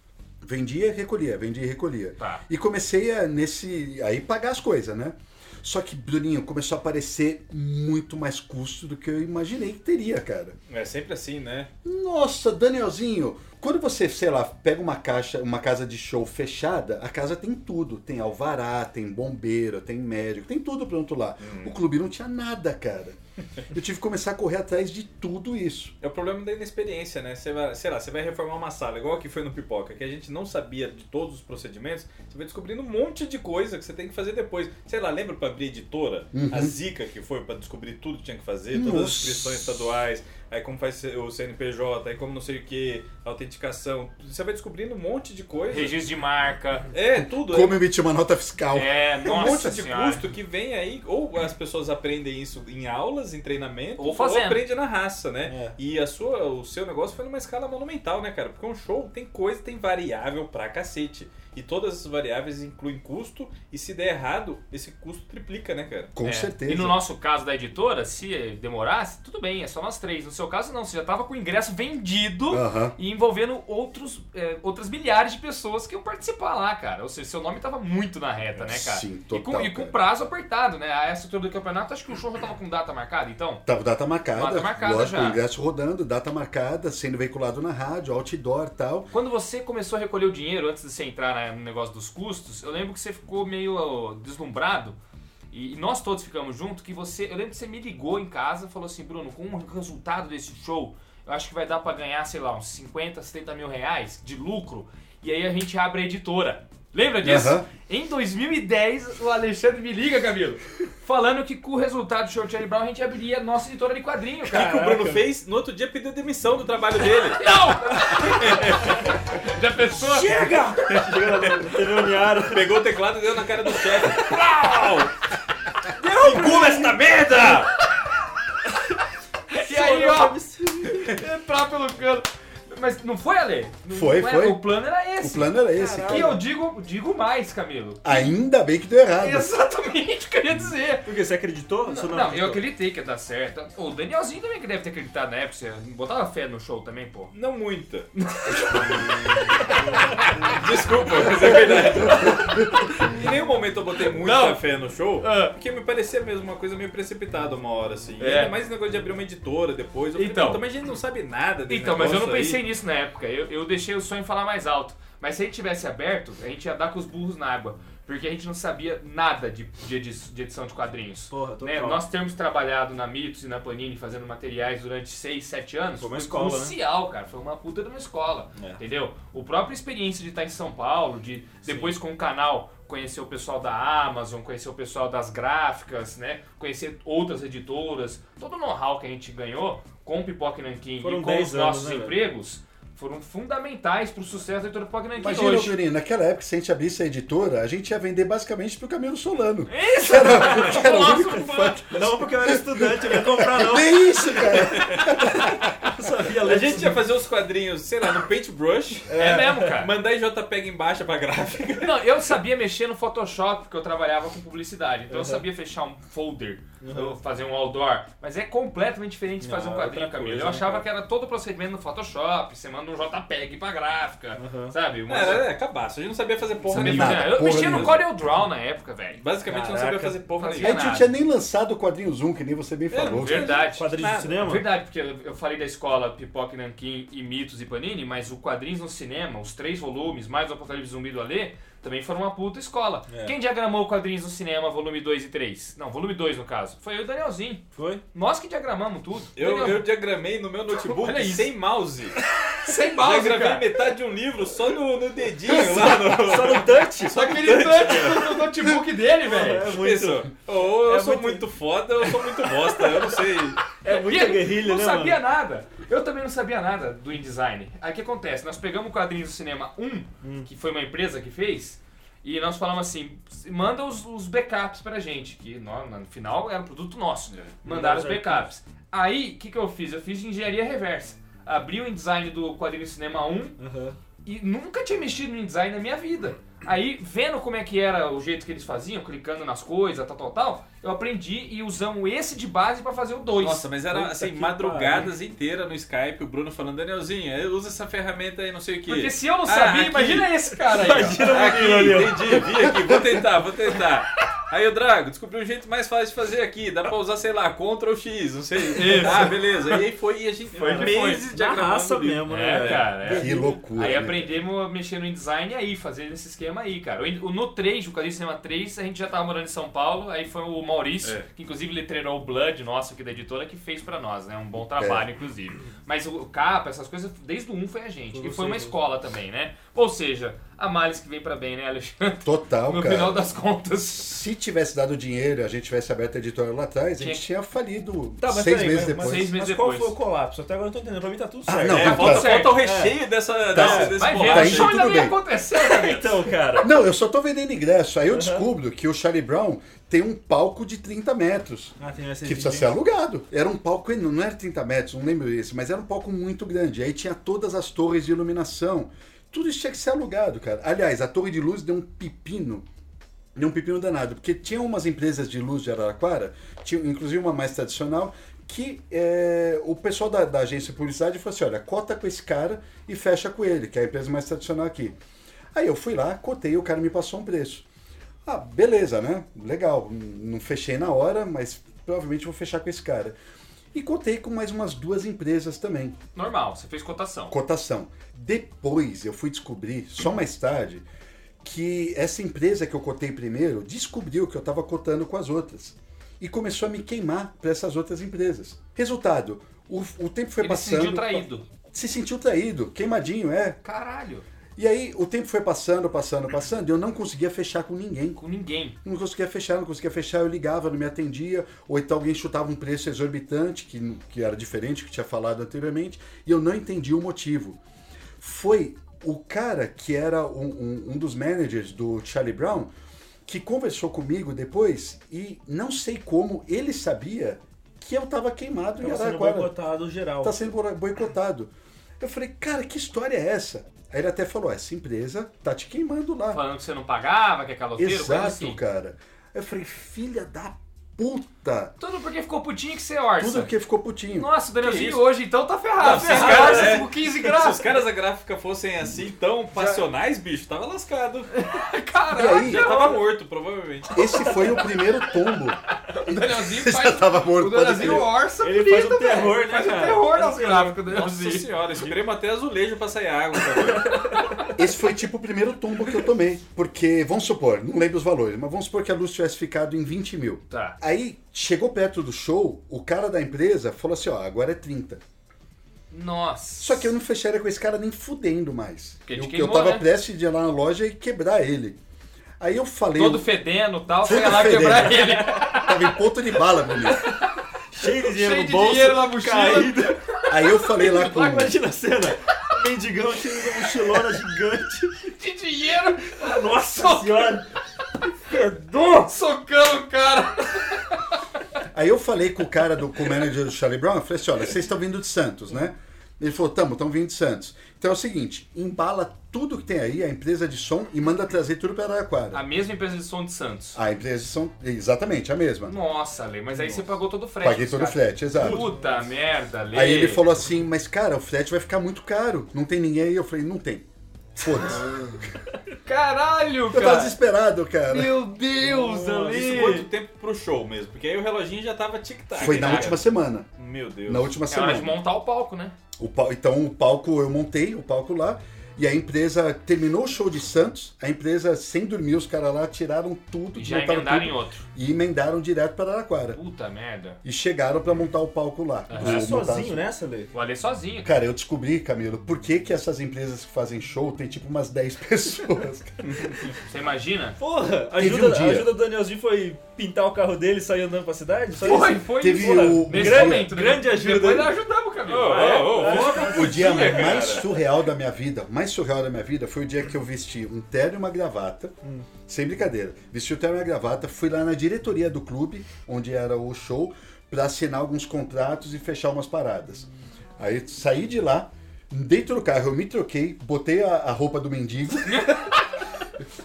vendia e recolhia, vendia e recolhia. Tá. E comecei a nesse. aí pagar as coisas, né? Só que, Bruninho, começou a aparecer muito mais custo do que eu imaginei que teria, cara. É sempre assim, né? Nossa, Danielzinho, quando você, sei lá, pega uma caixa, uma casa de show fechada, a casa tem tudo. Tem alvará, tem bombeiro, tem médico, tem tudo pronto lá. Hum. O clube não tinha nada, cara. Eu tive que começar a correr atrás de tudo <laughs> isso. É o problema da inexperiência, né? Você vai, sei lá, você vai reformar uma sala, igual que foi no Pipoca, que a gente não sabia de todos os procedimentos, você vai descobrindo um monte de coisa que você tem que fazer depois. Sei lá, lembra pra abrir editora? A zica que foi pra descobrir tudo que tinha que fazer, todas as Uhum. Nossa. inscrições estaduais, aí como faz o CNPJ, aí como não sei o que, autenticação. Você vai descobrindo um monte de coisa. Registro de marca. É, tudo. Como emitir uma nota fiscal. É, É um nossa monte de senhora. custo que vem aí, ou as pessoas aprendem isso em aulas, em treinamento, Ou fazendo. aprende na raça, né? É. E a sua, o seu negócio foi numa escala monumental, né, cara? Porque um show tem coisa, tem variável pra cacete. E todas essas variáveis incluem custo, e se der errado, esse custo triplica, né, cara? Com É. certeza. E no nosso caso da editora, se demorasse, tudo bem, é só nós três. No seu caso, não, você já tava com o ingresso vendido Aham. e envolvendo outros, é, outras milhares de pessoas que iam participar lá, cara. Ou seja, seu nome tava muito na reta, né, cara? Sim, e com, total, e com cara. prazo apertado, né? A essa altura do campeonato, acho que o show já tava com data marcada, então. Tava Tá, data marcada, Data marcada lógico, já. ingresso rodando, data marcada, sendo veiculado na rádio, outdoor tal. Quando você começou a recolher o dinheiro antes de você entrar na- no negócio dos custos, eu lembro que você ficou meio ó, deslumbrado. E e nós todos ficamos junto que você, eu lembro que você me ligou em casa, falou assim, Bruno, com o resultado desse show, eu acho que vai dar pra ganhar, sei lá, uns 50, 70 mil reais de lucro. E aí a gente abre a editora. Lembra disso? Aham. Em 2010, o Alexandre me liga, Camilo, falando que com o resultado do show de Charlie Brown a gente abriria a nossa editora de quadrinho, <laughs> O que, que o cara. Bruno fez? No outro dia pediu demissão do trabalho dele. Não! Já pensou? Chega na reunião, Pegou o teclado e deu na cara do chefe. Pau! Engula esta merda! E aí, ó, entrar pelo cano. Mas não foi, Ale? Não Foi, não é? foi. O plano era esse. O plano era esse, E cara. eu digo, digo mais, Camilo. Ainda bem que deu errado. Exatamente o que eu ia dizer. Porque você acreditou? Você Não, eu acreditei é que ia dar certo. O Danielzinho também que deve ter acreditado na época. Você botava fé no show também, pô. Não muita. <laughs> Desculpa, mas é verdade. Em nenhum momento eu botei muita Não. fé no show, Ah. porque me parecia mesmo uma coisa meio precipitada uma hora, assim. É. Ainda mais esse negócio de abrir uma editora depois. Eu falei, Então. "Puta, mas a gente não sabe nada desse Então, mas eu não negócio Né? aí." pensei nisso na época. Eu, eu deixei o sonho falar mais alto. Mas se a gente tivesse aberto, a gente ia dar com os burros na água. Porque a gente não sabia nada de, de edi- de edição de quadrinhos. Porra, tô Né, calmo. Nós termos trabalhado na Mitos e na Panini fazendo materiais durante 6, 7 anos Foi uma escola, né? crucial, cara. Foi uma puta de uma escola, É. entendeu? O próprio experiência de estar em São Paulo, de depois com o canal conhecer o pessoal da Amazon, conhecer o pessoal das gráficas, né? Conhecer outras editoras, todo o know-how que a gente ganhou com o Pipoca e Nanquim Foram e com 10 os anos, nossos né, velho? empregos foram fundamentais pro sucesso da editora Pipoca e Nanquim Imagina, hoje. Jurinho, naquela época, se a gente abrisse a editora, a gente ia vender basicamente pro Camilo Solano. Isso! Que era o Nossa, único mano. fã. Não, porque eu era estudante, eu não ia comprar não. Eu Nem isso, É cara. não sabia A ler. gente ia fazer os quadrinhos, sei lá, no paintbrush, É mesmo, cara. mandar em JPEG embaixo pra gráfica. Não, eu sabia mexer no Photoshop porque eu trabalhava com publicidade. Então eu sabia fechar um folder, eu fazer um outdoor. Mas é completamente diferente de Não, fazer um é quadrinho, outra Camilo. coisa, eu né, achava cara? que era todo o procedimento no Photoshop, você manda um JPEG pra gráfica, Uhum. sabe? Uma- Era, é, cabaço. A gente não sabia fazer porra Sabe, nenhuma. é nada, eu porra mexia no nenhuma. Corel Draw na época, velho. Basicamente não sabia Caraca. fazer porra Fazia nenhuma. A gente não nada. tinha nem lançado o quadrinho Zoom, que nem você bem falou. não tinha. É Verdade. Quadrinho Nada. de cinema? É Verdade, porque eu eu falei da escola Pipoca e Nanquim e Mitos e Panini, mas o Quadrinhos no Cinema, os três volumes, mais o Apocalipse Zumbi do Alê, também foram uma puta escola. É. Quem diagramou o Quadrinhos no Cinema, volume 2 e 3? Não, volume 2 no caso. Foi eu e o Danielzinho. Foi? Nós que diagramamos tudo. Eu, Daniel, eu diagramei no meu Olha notebook isso. sem <laughs> mouse. sem Já mouse, gravei cara. metade de um livro só no, no dedinho lá <laughs> no. Ah, <laughs> Só no touch? Só aquele <laughs> tanto no notebook dele, velho. É Isso. muito... Ou eu É sou muito... muito- foda, ou eu sou muito bosta, eu não sei. É E muita ele guerrilha, não né, sabia mano? nada. Eu também não sabia nada do um, InDesign. Aí o que acontece? Nós pegamos o quadrinho do cinema 1, que foi uma empresa que fez, E nós falamos assim, manda os, os backups pra gente, que no, no final era um produto nosso. Mandaram os backups. Aí, o que, que eu fiz? Eu fiz de engenharia reversa. Abri o InDesign do Quadrinho Cinema 1, Aham. e nunca tinha mexido no InDesign na minha vida. Aí, vendo como é que era o jeito que eles faziam, clicando nas coisas, tal, tal, tal, eu aprendi e usamos esse de base pra fazer o 2. Nossa, mas era Puta assim, que madrugadas inteiras no Skype, o Bruno falando, Danielzinha, usa essa ferramenta aí, não sei o quê. Porque se eu não Ah, sabia, aqui. imagina esse cara aí. ó. Aqui, entendi, vi aqui, vou tentar, vou tentar. Aí o Drago, descobri um jeito mais fácil de fazer aqui, dá pra usar, sei lá, Ctrl X, não sei. Ah, beleza. E aí foi, e a gente foi meses Foi. de Na raça mesmo. mesmo, né? É, velho? cara. é. Que loucura. Aí né? aprendemos a mexer no InDesign aí, fazendo esse esquema aí, cara. O- o- No 3, o Cadê Cinema 3, a gente já tava morando em São Paulo, aí foi o Maurício, É. que inclusive letreirou o Blood, nosso aqui da editora, que fez pra nós, né? Um bom É. trabalho, inclusive. Mas o capa, essas coisas, desde o 1 foi a gente. Foi e foi você, uma né? escola também, né? Ou seja, a males que vem pra bem, né, Alexandre? Total, No cara. final das contas. Se tivesse dado dinheiro, a gente tivesse aberto a editora lá atrás, a Tinha- gente tinha falido Tá, mas seis peraí, meses mas- depois. seis meses Mas qual depois. foi o colapso? Até agora eu não tô entendendo, pra mim tá tudo Ah, certo. não. É, Tá falta, certo. falta o recheio dessa, dessa, desse Vai ver, Tá bolacha a Daí aí. show ainda tudo nem bem. aconteceu, cara. Então, cara. Não, eu só tô vendendo ingresso. Aí eu descubro que o Charlie Brown tem um palco de 30 metros. Ah, tem essa Que precisa ser alugado. Era um palco enorme, não era 30 metros, não lembro esse, mas era um palco muito grande. Aí tinha todas as torres de iluminação. Tudo isso tinha que ser alugado, cara. Aliás, a torre de luz deu um pepino. Deu um pepino danado. Porque tinha umas empresas de luz de Araraquara, tinha, inclusive uma mais tradicional, que eh, o pessoal da, da agência de publicidade falou assim: olha, cota com esse cara e fecha com ele, que é a empresa mais tradicional aqui. Aí eu fui lá, cotei, o cara me passou um preço. Ah, beleza, né? Legal. N- Não fechei na hora, mas provavelmente vou fechar com esse cara. E cotei com mais umas duas empresas também. Normal, você fez cotação. Cotação. Depois eu fui descobrir, só mais tarde, que essa empresa que eu cotei primeiro descobriu que eu estava cotando com as outras. E começou a me queimar para essas outras empresas. Resultado, o, o tempo foi Ele se passando. sentiu traído. Se sentiu traído, queimadinho, é. Caralho, E aí o tempo foi passando, passando, passando, e eu não conseguia fechar com ninguém com ninguém. não conseguia fechar, não conseguia fechar, eu ligava, não me atendia, ou então alguém chutava um preço exorbitante, que, não- que era diferente do que tinha falado anteriormente, e eu não entendia o motivo. Foi o cara que era um, um- um dos managers do Charlie Brown, que conversou comigo depois, e não sei como ele sabia que eu estava queimado em Tava sendo Araraquara boicotado geral. tá sendo boicotado. Eu falei, cara, que história é essa? Aí ele até falou, essa empresa tá te queimando lá. Falando que você não pagava, que é caloteiro, coisa Exato, assim. cara. Eu falei, filha da puta. Tudo porque ficou putinho que você orça. Tudo porque ficou putinho. Nossa, o Que Danielzinho isso? hoje então tá ferrado. Tá Vocês ferrado, gastam né? com 15 Se os graus. caras da gráfica fossem assim, tão passionais, bicho, tava lascado. Caralho. E aí? Já tava morto, provavelmente. Esse foi o primeiro tombo. <laughs> O Danielzinho Você <laughs> já faz. tava morto, O Danielzinho pode crer. orça né? Ele bonito, faz o terror, velho. né, Faz o cara? terror Faz nas o gráficas do Nossa Danielzinho. senhora, espremo até azulejo pra sair água, <laughs> cara. Esse foi tipo o primeiro tombo que eu tomei. Porque, vamos supor, não lembro os valores, mas vamos supor que a luz tivesse ficado em 20 mil. Tá. Aí, chegou perto do show, o cara da empresa falou assim, ó, agora é 30. Nossa. Só que eu não fecharia com esse cara nem fudendo mais. Porque te Eu, queimou, eu tava né? prestes de ir lá na loja e quebrar ele. Aí eu falei, Todo eu fedendo e tal, Todo foi lá fedendo. quebrar ele. <laughs> tava em ponto de bala, menino. Cheio de dinheiro Cheio no de bolso. dinheiro na mochila. <laughs> caído. Tá Aí eu falei lá com. Imagina a cena. Mendigão tirando uma mochilona gigante. De dinheiro, Nossa senhora. fedor, socando o cara. Aí eu falei com o cara do com o manager do Charlie Brown, eu falei assim: olha, vocês estão vindo de Santos, né? Ele falou, tamo, estão vindo de Santos. Então é o seguinte, embala tudo que tem aí, a empresa de som, e manda trazer tudo para A Araraquara. mesma empresa de som de Santos. A empresa de som, exatamente, a mesma. Nossa, Lê, mas aí você pagou todo o frete. Paguei dos todo o caras. frete, exato. Puta merda, Lê. Aí ele falou assim, mas cara, o frete vai ficar muito caro, não tem ninguém aí. Eu falei, não tem. Foda-se. Caralho, Eu tava cara. desesperado, cara. Meu Deus, é Isso quanto tempo pro show mesmo? Porque aí o reloginho já tava tic-tac. Foi na cara. última semana. Meu Deus. Na última É hora de semana. montar o palco, né? O pal- então o palco eu montei o palco lá e a empresa terminou o show de Santos, a empresa sem dormir, os caras lá tiraram tudo, E já montaram emendaram em tudo, outro. e emendaram direto para Araraquara. Puta merda. E chegaram para montar o palco lá. Ah, O- Você montar- Tá sozinho nessa, Lê? O Alê sozinho. Cara, eu descobri, Camilo, por que, que essas empresas que fazem show tem tipo umas 10 <laughs> pessoas. Você imagina? Porra, a Teve ajuda, um dia. a ajuda do Danielzinho foi pintar o carro dele e sair andando pra cidade? Só Foi, isso? foi Teve isso. o- Nesse grande- momento. né? grande ajuda, Depois hein? ajudamos, cara. Camilo. Ô, ô, ô, logo O dia podia, mais cara. surreal da minha vida, mais surreal da minha vida, foi o dia que eu vesti um terno e uma gravata, sem brincadeira. Vesti o terno e a gravata, fui lá na diretoria do clube, onde era o show, pra assinar alguns contratos e fechar umas paradas. Aí saí de lá, dentro do carro, eu me troquei, botei a, a roupa do mendigo <laughs>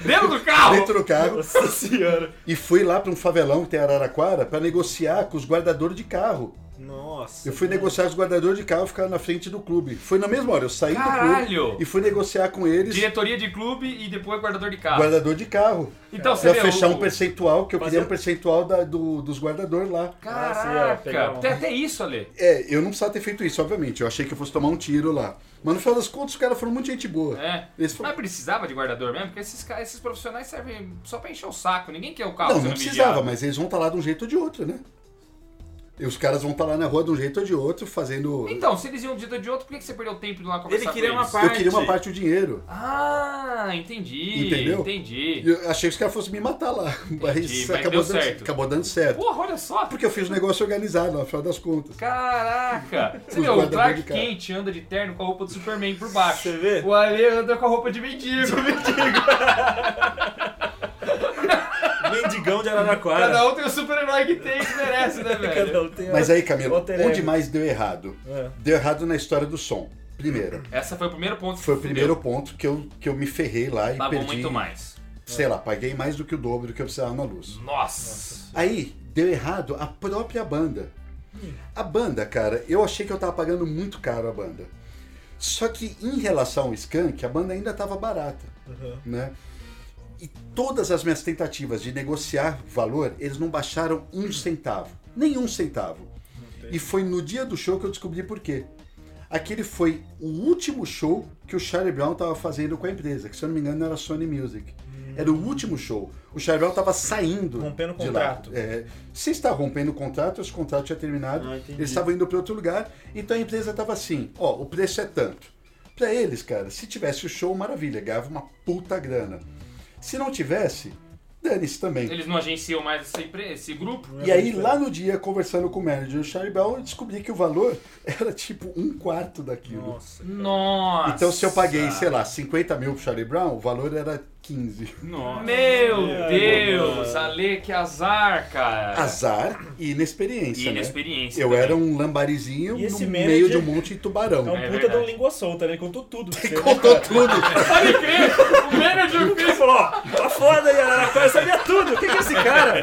Dentro do carro! dentro do carro Nossa senhora. e fui lá pra um favelão que tem em Araraquara pra negociar com os guardadores de carro. Nossa. Eu fui negociar com os guardadores de carro, ficaram na frente do clube. Foi na mesma hora, eu saí do Caralho! clube e fui negociar com eles. Diretoria de clube e depois guardador de carro. guardador de carro. Então você Pra vê, fechar o- um percentual, que eu queria Fazer- um percentual da- do- dos guardadores lá. Ah, você ia pegar Caraca! um- Tem até isso, Ale. É, eu não precisava ter feito isso, obviamente. Eu achei que eu fosse tomar um tiro lá. Mas no final das contas, os caras foram muito gente boa. É. Eles foram- Mas precisava de guardador mesmo, porque esses, ca- esses profissionais servem só pra encher o saco. Ninguém quer o carro Não, sendo não precisava, vigiado. mas eles vão estar lá de um jeito ou de outro, né? E os caras vão estar lá na rua de um jeito ou de outro, fazendo. Então, se eles iam de um dia de outro, por que que você perdeu tempo de ir lá conversar Ele queria com uma eles? parte. Eu queria uma parte do dinheiro. Ah, entendi. Entendeu? Entendi. E Eu achei que os caras fossem me matar lá. <laughs> Mas, mas deu acabou, dando, certo. acabou dando certo. Porra, olha só. Porque eu fiz um negócio organizado, no final das contas. Caraca! Você Os viu, o guardadores Clark de carro. Kent anda de terno com a roupa do Superman por baixo. Você vê? O Ale anda com a roupa de mendigo. Mendigão de Araraquara. Cada um tem o super-herói que tem, que merece, né, velho? <laughs> Cada um tem a- Mas aí, Camilo, Alter ego. onde mais deu errado? É. Deu errado na história do som. Primeiro. Essa foi o primeiro ponto. que Foi o fudeu. primeiro ponto que eu, que eu me ferrei lá e Pagou perdi. muito mais. Sei lá, paguei mais do que o dobro do que eu precisava na luz. Nossa. Aí, deu errado a própria banda. A banda, cara, eu achei que eu tava pagando muito caro a banda. Só que em relação ao Skank, a banda ainda tava barata, Uhum. né? E todas as minhas tentativas de negociar valor, eles não baixaram um centavo. Nenhum centavo. E foi no dia do show que eu descobri por quê. Aquele foi o último show que o Charlie Brown tava fazendo com a empresa, que se eu não me engano era a Sony Music. Era o último show. O Charlie Brown tava saindo. Hum. Rompendo o de lá. contrato. É, se está rompendo o contrato, esse contrato tinha terminado, Ah, entendi. eles estavam indo para outro lugar, então a empresa estava assim, ó, o preço é tanto. Para eles, cara, se tivesse o show, maravilha, ganhava uma puta grana. Se não tivesse, dane-se também. Eles não agenciam mais essa empre- esse grupo? é E aí, lá no dia, conversando com o manager do Charlie Brown, eu descobri que o valor <laughs> era tipo um quarto daquilo. É Nossa. Nossa. Então, se eu paguei, sei lá, 50 mil pro Charlie Brown, o valor era 15. Nossa. Meu É, Deus, mano. Ale, que azar, É. cara. Azar e E inexperiência, né? inexperiência. Eu também. era um lambarizinho E esse no manager- meio de um monte de tubarão. É um É puta de verdade. uma língua solta, né? Ele contou tudo. pra você, né, Contou cara? tudo. Pode crer, um. o manager Ele falou, ó, tá foda aí, Araraquara, eu sabia tudo. O que que é esse cara?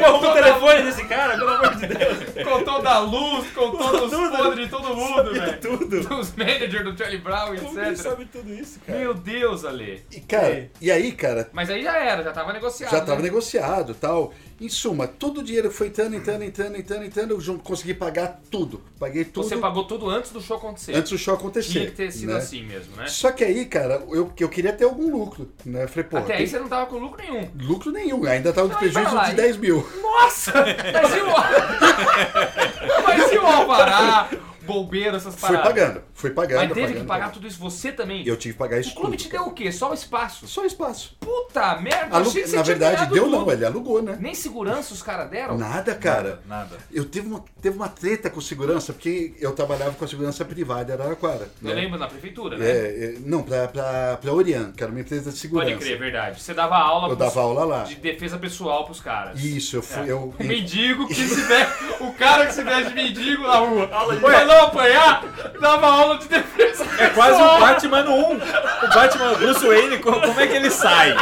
Pagou o telefone desse cara, pelo amor de Deus. contou da luz, contou dos Tudo. podres de todo mundo, Sabia velho. tudo. Dos managers do Charlie Brown, Como que ele etc. sabe tudo isso, cara? Meu Deus, Ale. E, cara, e aí, cara, Mas aí já era, já tava negociado. já tava né? negociado tal. Em suma, todo o dinheiro foi entrando, entrando, entrando, entrando, entrando. Eu jun- consegui pagar tudo. Paguei tudo Você pagou tudo antes do show acontecer. antes do show acontecer. Tinha que ter sido né? assim mesmo, né? Só que aí, cara, eu, eu queria ter algum lucro, né? Eu falei, pô, Até tem aí você não tava com lucro nenhum. lucro nenhum. Ainda tava Não, com e vai prejuízo lá, de e- 10 mil. Nossa! Mas e o, <laughs> Mas e o Alvará, bombeiro, essas Fui paradas? pagando, fui pagando. Mas teve pagando, que pagar pagando. tudo isso você também? Eu tive que pagar isso o clube tudo, te cara. deu o quê? Só o espaço? Só espaço. Puta merda, Alu- achei que você Na tinha verdade, ganhado deu tudo. não, ele alugou, né? Nem segurança os caras deram? Nada, cara. Nada. Eu teve uma, teve uma treta com segurança, porque eu trabalhava com a segurança privada em Araraquara. Eu É. né? lembro na prefeitura, né? É, é, não, pra, pra, pra Orian, que era uma empresa de segurança. Pode crer, é verdade. Você dava aula Eu pros- dava aula lá. de defesa pessoal pros caras. Isso, eu fui. Eu, O mendigo que se veste. O cara que se veste de mendigo na rua. Vai não apanhar, dava aula de defesa. É quase o Batman 1. O Batman Bruce Wayne, co- como é que ele sai?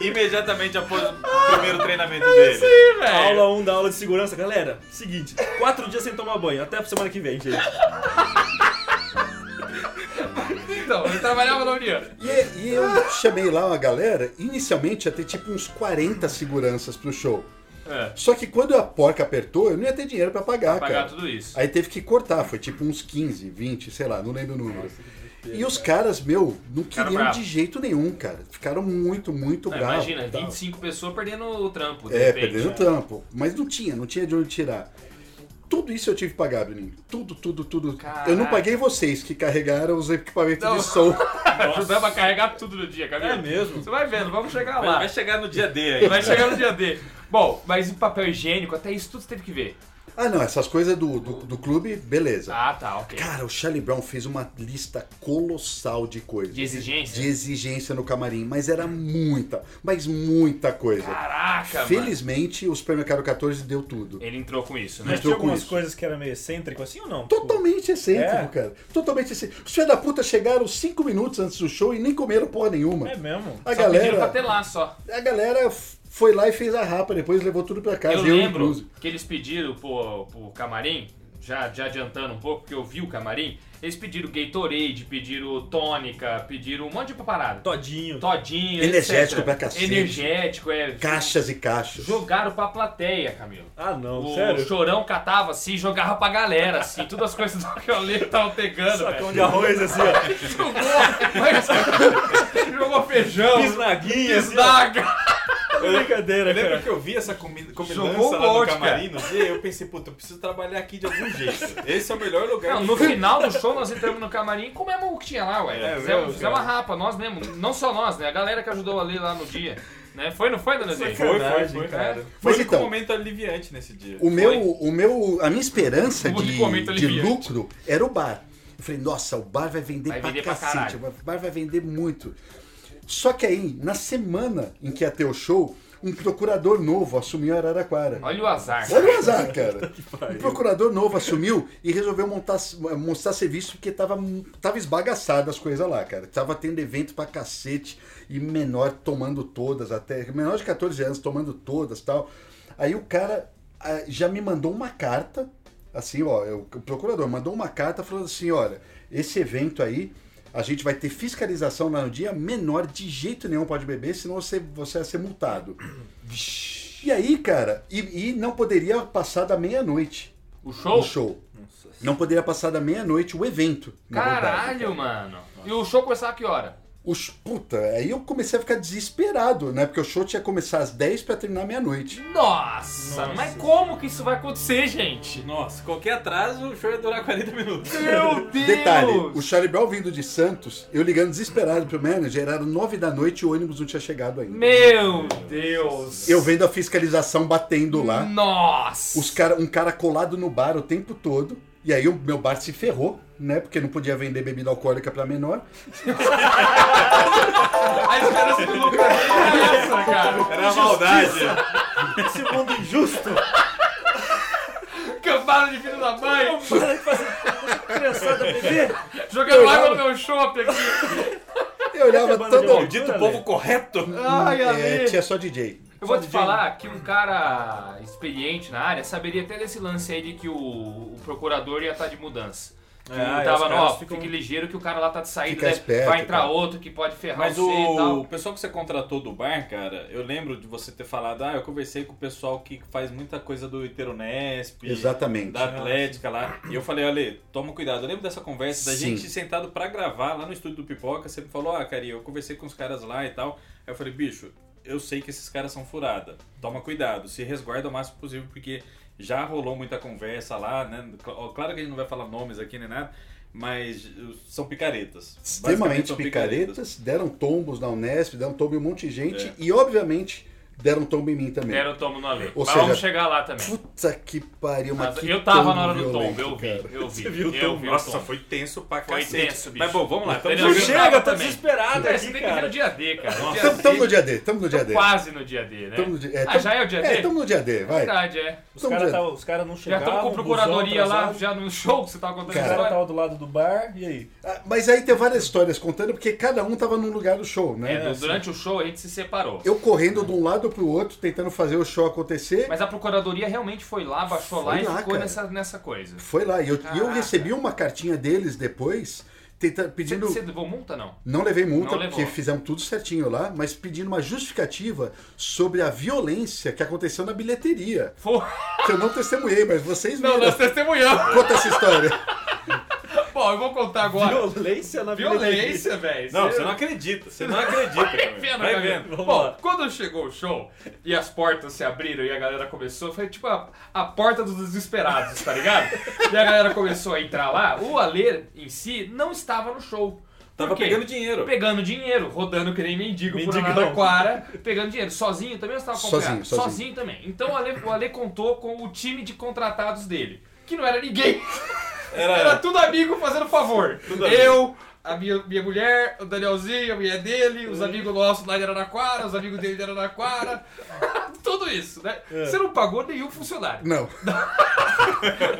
Imediatamente após o primeiro treinamento dele. Sim, velho. <laughs> Aula 1 da aula de segurança, galera. Seguinte, quatro dias sem tomar banho, até a semana que vem, gente. Então, ele trabalhava na União. E, e eu chamei lá uma galera, inicialmente ia ter tipo uns 40 seguranças pro show. É, Só que quando a porca apertou, eu não ia ter dinheiro pra pagar, pagar cara. tudo isso. Aí teve que cortar, foi tipo uns 15, 20, sei lá, não lembro o número. e os caras, meu, Ficaram não queriam bravo. de jeito nenhum, cara. Ficaram muito, muito Não, bravos. imagina, 25 pessoas perdendo o trampo. De É, repente. né? perdendo tempo. Mas não tinha, não tinha de onde tirar. Tudo isso eu tive que pagar, Bruninho. Tudo, tudo, tudo. Caraca. Eu não paguei vocês que carregaram os equipamentos Não. <laughs> de som. Ajudava a carregar tudo no dia, Camila. É mesmo? Você vai vendo, vamos chegar lá. Vai chegar no dia D aí. Vai chegar no dia D. Bom, mas e papel higiênico, até isso tudo você teve que ver. Ah, não, essas coisas do, do, do clube, beleza. Ah, tá, ok. Cara, o Charlie Brown fez uma lista colossal de coisas. De exigência? De exigência no camarim, mas era muita, mas muita coisa. Caraca, mano. Felizmente, o Supermercado 14 deu tudo. Ele entrou com isso, né? Mas Mas tinha trocou algumas isso. coisas que era meio excêntrico assim ou não? Totalmente excêntrico, É. cara. Totalmente excêntrico. Os filhos da puta chegaram cinco minutos antes do show e nem comeram porra nenhuma. É mesmo? A só pediram pra ter galera, lá só. a galera f- foi lá e fez a rapa, depois levou tudo pra casa. Eu lembro incluso. que eles pediram pro, pro camarim, já, já adiantando um pouco, porque eu vi o camarim, eles pediram Gatorade, pediram tônica, pediram um monte de parada. Todinho. Todinho, Energético etc. pra cacete. Energético, é. Caixas e caixas. Jogaram pra plateia, Camilo. Ah, não, O sério? chorão catava assim e jogava pra galera, assim, todas as coisas <laughs> que eu lembro tava pegando, Sacão velho. de arroz assim, ó. Jogou, <laughs> mas- jogou feijão, Pisnaguinha, assim, ó. bisnaga. Brincadeira, Lembra cara. que eu vi essa comida Jogou combinança um lá no monte, camarim no dia? Eu pensei, puta, eu preciso trabalhar aqui de algum jeito. Esse é o melhor lugar. Não, de no show. final do show nós entramos no camarim e comemos o que tinha lá, ué. É, fizemos, meu, fizemos uma cara. rapa, nós mesmo. Não só nós, né? A galera que ajudou ali lá no dia. Né? Foi, não foi, dona Zé? Foi, foi, foi. cara. Foi Mas o único então- momento aliviante nesse dia. O meu, o meu, a minha esperança Muito de, momento de aliviante. lucro era o bar. Eu falei, nossa, o bar vai vender Vai pra vender pra cacete, caralho. o bar vai vender muito. Só que aí, na semana em que ia ter o show, um procurador novo assumiu Araraquara. Olha o azar. Olha o azar, cara. Um procurador novo assumiu e resolveu montar, mostrar serviço porque tava, tava esbagaçado as coisas lá, cara. Tava tendo evento pra cacete e menor tomando todas, até menor de 14 anos tomando todas tal. Aí o cara ah, já me mandou uma carta, assim, ó, eu- o procurador mandou uma carta falando assim, olha, esse evento aí, a gente vai ter fiscalização lá no dia, menor de jeito nenhum pode beber, senão você, você vai ser multado. E aí, cara, e, e não poderia passar da meia-noite O show? o show. Não poderia passar da meia-noite o evento. na verdade. Caralho, mano. E o show começava a que hora? O sh- puta, aí eu comecei a ficar desesperado, né? Porque o show tinha que começar às 10 pra terminar meia-noite. Nossa, Nossa. mas como que isso vai acontecer, gente? Nossa, qualquer atraso, o show ia durar 40 minutos. Meu Deus! Detalhe, o Charlie Brown vindo de Santos, eu ligando desesperado pro manager, era 9 da noite e o ônibus não tinha chegado ainda. Meu Deus! Eu vendo a fiscalização batendo lá. Nossa! Os cara, um cara colado no bar o tempo todo. E aí o meu bar se ferrou, né? Porque não podia vender bebida alcoólica pra menor. A esperança do Lucas é essa, cara. Era a maldade. Esse mundo injusto. Cambada de filho da mãe. Para de fazer criançada beber. Jogando água no meu shopping aqui. Eu <laughs> olhava banda de todo. maldito. Maldito povo correto. Ai, É, tinha só DJ. Eu vou te falar que um cara experiente na área saberia até desse lance aí de que o, o procurador ia estar de mudança. É, Que tá Ah, um e tava, os ó, caras ficam- fique ligeiro que o cara lá tá de saída, Fica né? esperto, vai entrar cara. outro que pode ferrar Mas você e o, tal. pessoal que você contratou do bar, cara, eu lembro de você ter falado, ah, eu conversei com o pessoal que faz muita coisa do Iteronesp, Exatamente. da Atlética lá, e eu falei, olha, toma cuidado. Eu lembro dessa conversa da Sim. gente sentado pra gravar lá no estúdio do Pipoca, você me falou, ah, cara, eu conversei com os caras lá e tal. Aí eu falei, bicho, eu sei que esses caras são furada, toma cuidado, se resguarda o máximo possível, porque já rolou muita conversa lá, né? Cl- Claro que a gente não vai falar nomes aqui nem nada, mas uh, são picaretas. Basicamente extremamente são picaretas, deram tombos na Unesp, deram tombo em um monte de gente É. e, obviamente, deram tombo em mim também. Deram o tomo no Ale. Ou Mas vamos seja, chegar lá também. Puta que pariu, mas Mas que eu tava tombo na hora do violento, tombo, eu vi, cara. eu vi. Você viu o eu tombo? vi o Nossa, tombo. foi tenso pra Foi cacete. tenso, bicho. Mas bom, vamos lá. Foi tamo tenso. junto. Chega, tô também. desesperado É, você tem aqui, que ver no cara. dia D, cara. No dia Tamo, D, tamo no dia D, tamo no dia D. assim. Quase no dia D, né? Tamo no dia- é, ah, tamo- já é o dia D? É, estamos no dia D, vai. Verdade, é. Os Tamo no caras dia D. cara não Já chegaram. estamos com a procuradoria lá, já no show que você tava contando Cara, a O cara história. tava do lado do bar, e aí? Ah, Mas aí tem várias histórias contando, porque cada um tava num lugar do show, né? É, durante o show a gente se separou. Eu correndo de um lado pro outro, tentando fazer o show acontecer. Mas a procuradoria realmente foi lá, baixou Foi lá e lá, ficou cara. nessa, nessa coisa. Foi lá. E eu, e eu Caraca. recebi uma cartinha deles depois, tenta, Você, pedindo. você levou multa, não? Não levei multa, Não levou. porque fizemos tudo certinho lá, mas pedindo uma justificativa sobre a violência que aconteceu na bilheteria. Foi. Que eu não testemunhei, mas vocês Não, viram. nós testemunhamos. Conta essa história. Bom, eu vou contar agora. Violência na bilheteria. Violência, velho. Não, você não acredita. Você não acredita. Vai Camilo. vendo, Vai vai vendo. Vamos Bom, lá. quando chegou o show e as portas se abriram e a galera começou, foi tipo a, a porta dos <laughs> desesperados, tá ligado? e a galera começou a entrar lá. O Alê em si não estava no show. Tava Por quê? pegando dinheiro. Pegando dinheiro, rodando que nem mendigo, Mendigão. por Araraquara, pegando dinheiro. Sozinho também ou você tava acompanhado? Sozinho, sozinho. também. Então o Ale, o Ale contou com o time de contratados dele, que não era ninguém. <laughs> Era, tudo amigo fazendo favor. Eu, a minha, minha mulher, o Danielzinho, a mulher dele, os amigos nossos lá de Araraquara, os amigos dele de Araraquara. <laughs> tudo isso, né? Você não pagou nenhum funcionário. Não.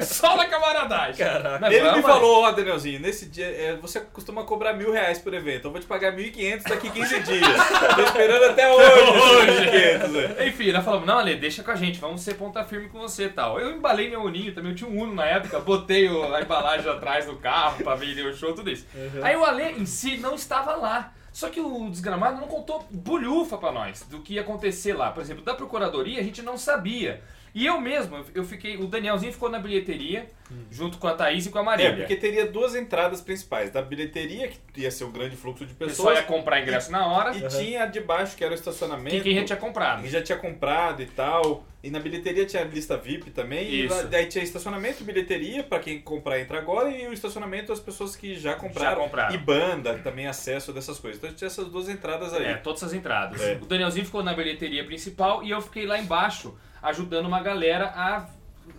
Só na camaradagem. é Caraca. Ele me falou, ó, Danielzinho, nesse dia é, você costuma cobrar mil reais por evento. Eu vou te pagar 1.500 daqui 15 dias. <laughs> Tô esperando até hoje. esses 1.500, velho. Enfim, nós falamos, não, Ale, deixa com a gente, vamos ser ponta firme com você e tal. Eu embalei meu uninho também, eu tinha um Uno na época, botei o- a embalagem atrás do carro pra vender o show, tudo isso. Uhum. Aí o Ale em si não estava lá. Só que o desgramado não contou bolhufa pra nós do que ia acontecer lá. Por exemplo, da procuradoria a gente não sabia. E eu mesmo, eu fiquei, o Danielzinho ficou na bilheteria, junto com a Thaís e com a Hum. É, Marília. porque teria duas entradas principais. Da bilheteria, que ia ser o grande fluxo de o pessoal pessoas. ia comprar ingresso na hora, E tinha a de baixo, que era o estacionamento. que quem já tinha comprado. que já tinha comprado e tal. E na bilheteria tinha a lista VIP também. E Isso. lá- daí tinha estacionamento, bilheteria, pra quem comprar entra agora. E o estacionamento, as pessoas que já compraram. compraram. E banda, também acesso dessas coisas. Então tinha essas duas entradas aí. É, todas as entradas. É. O Danielzinho ficou na bilheteria principal e eu fiquei lá embaixo ajudando uma galera a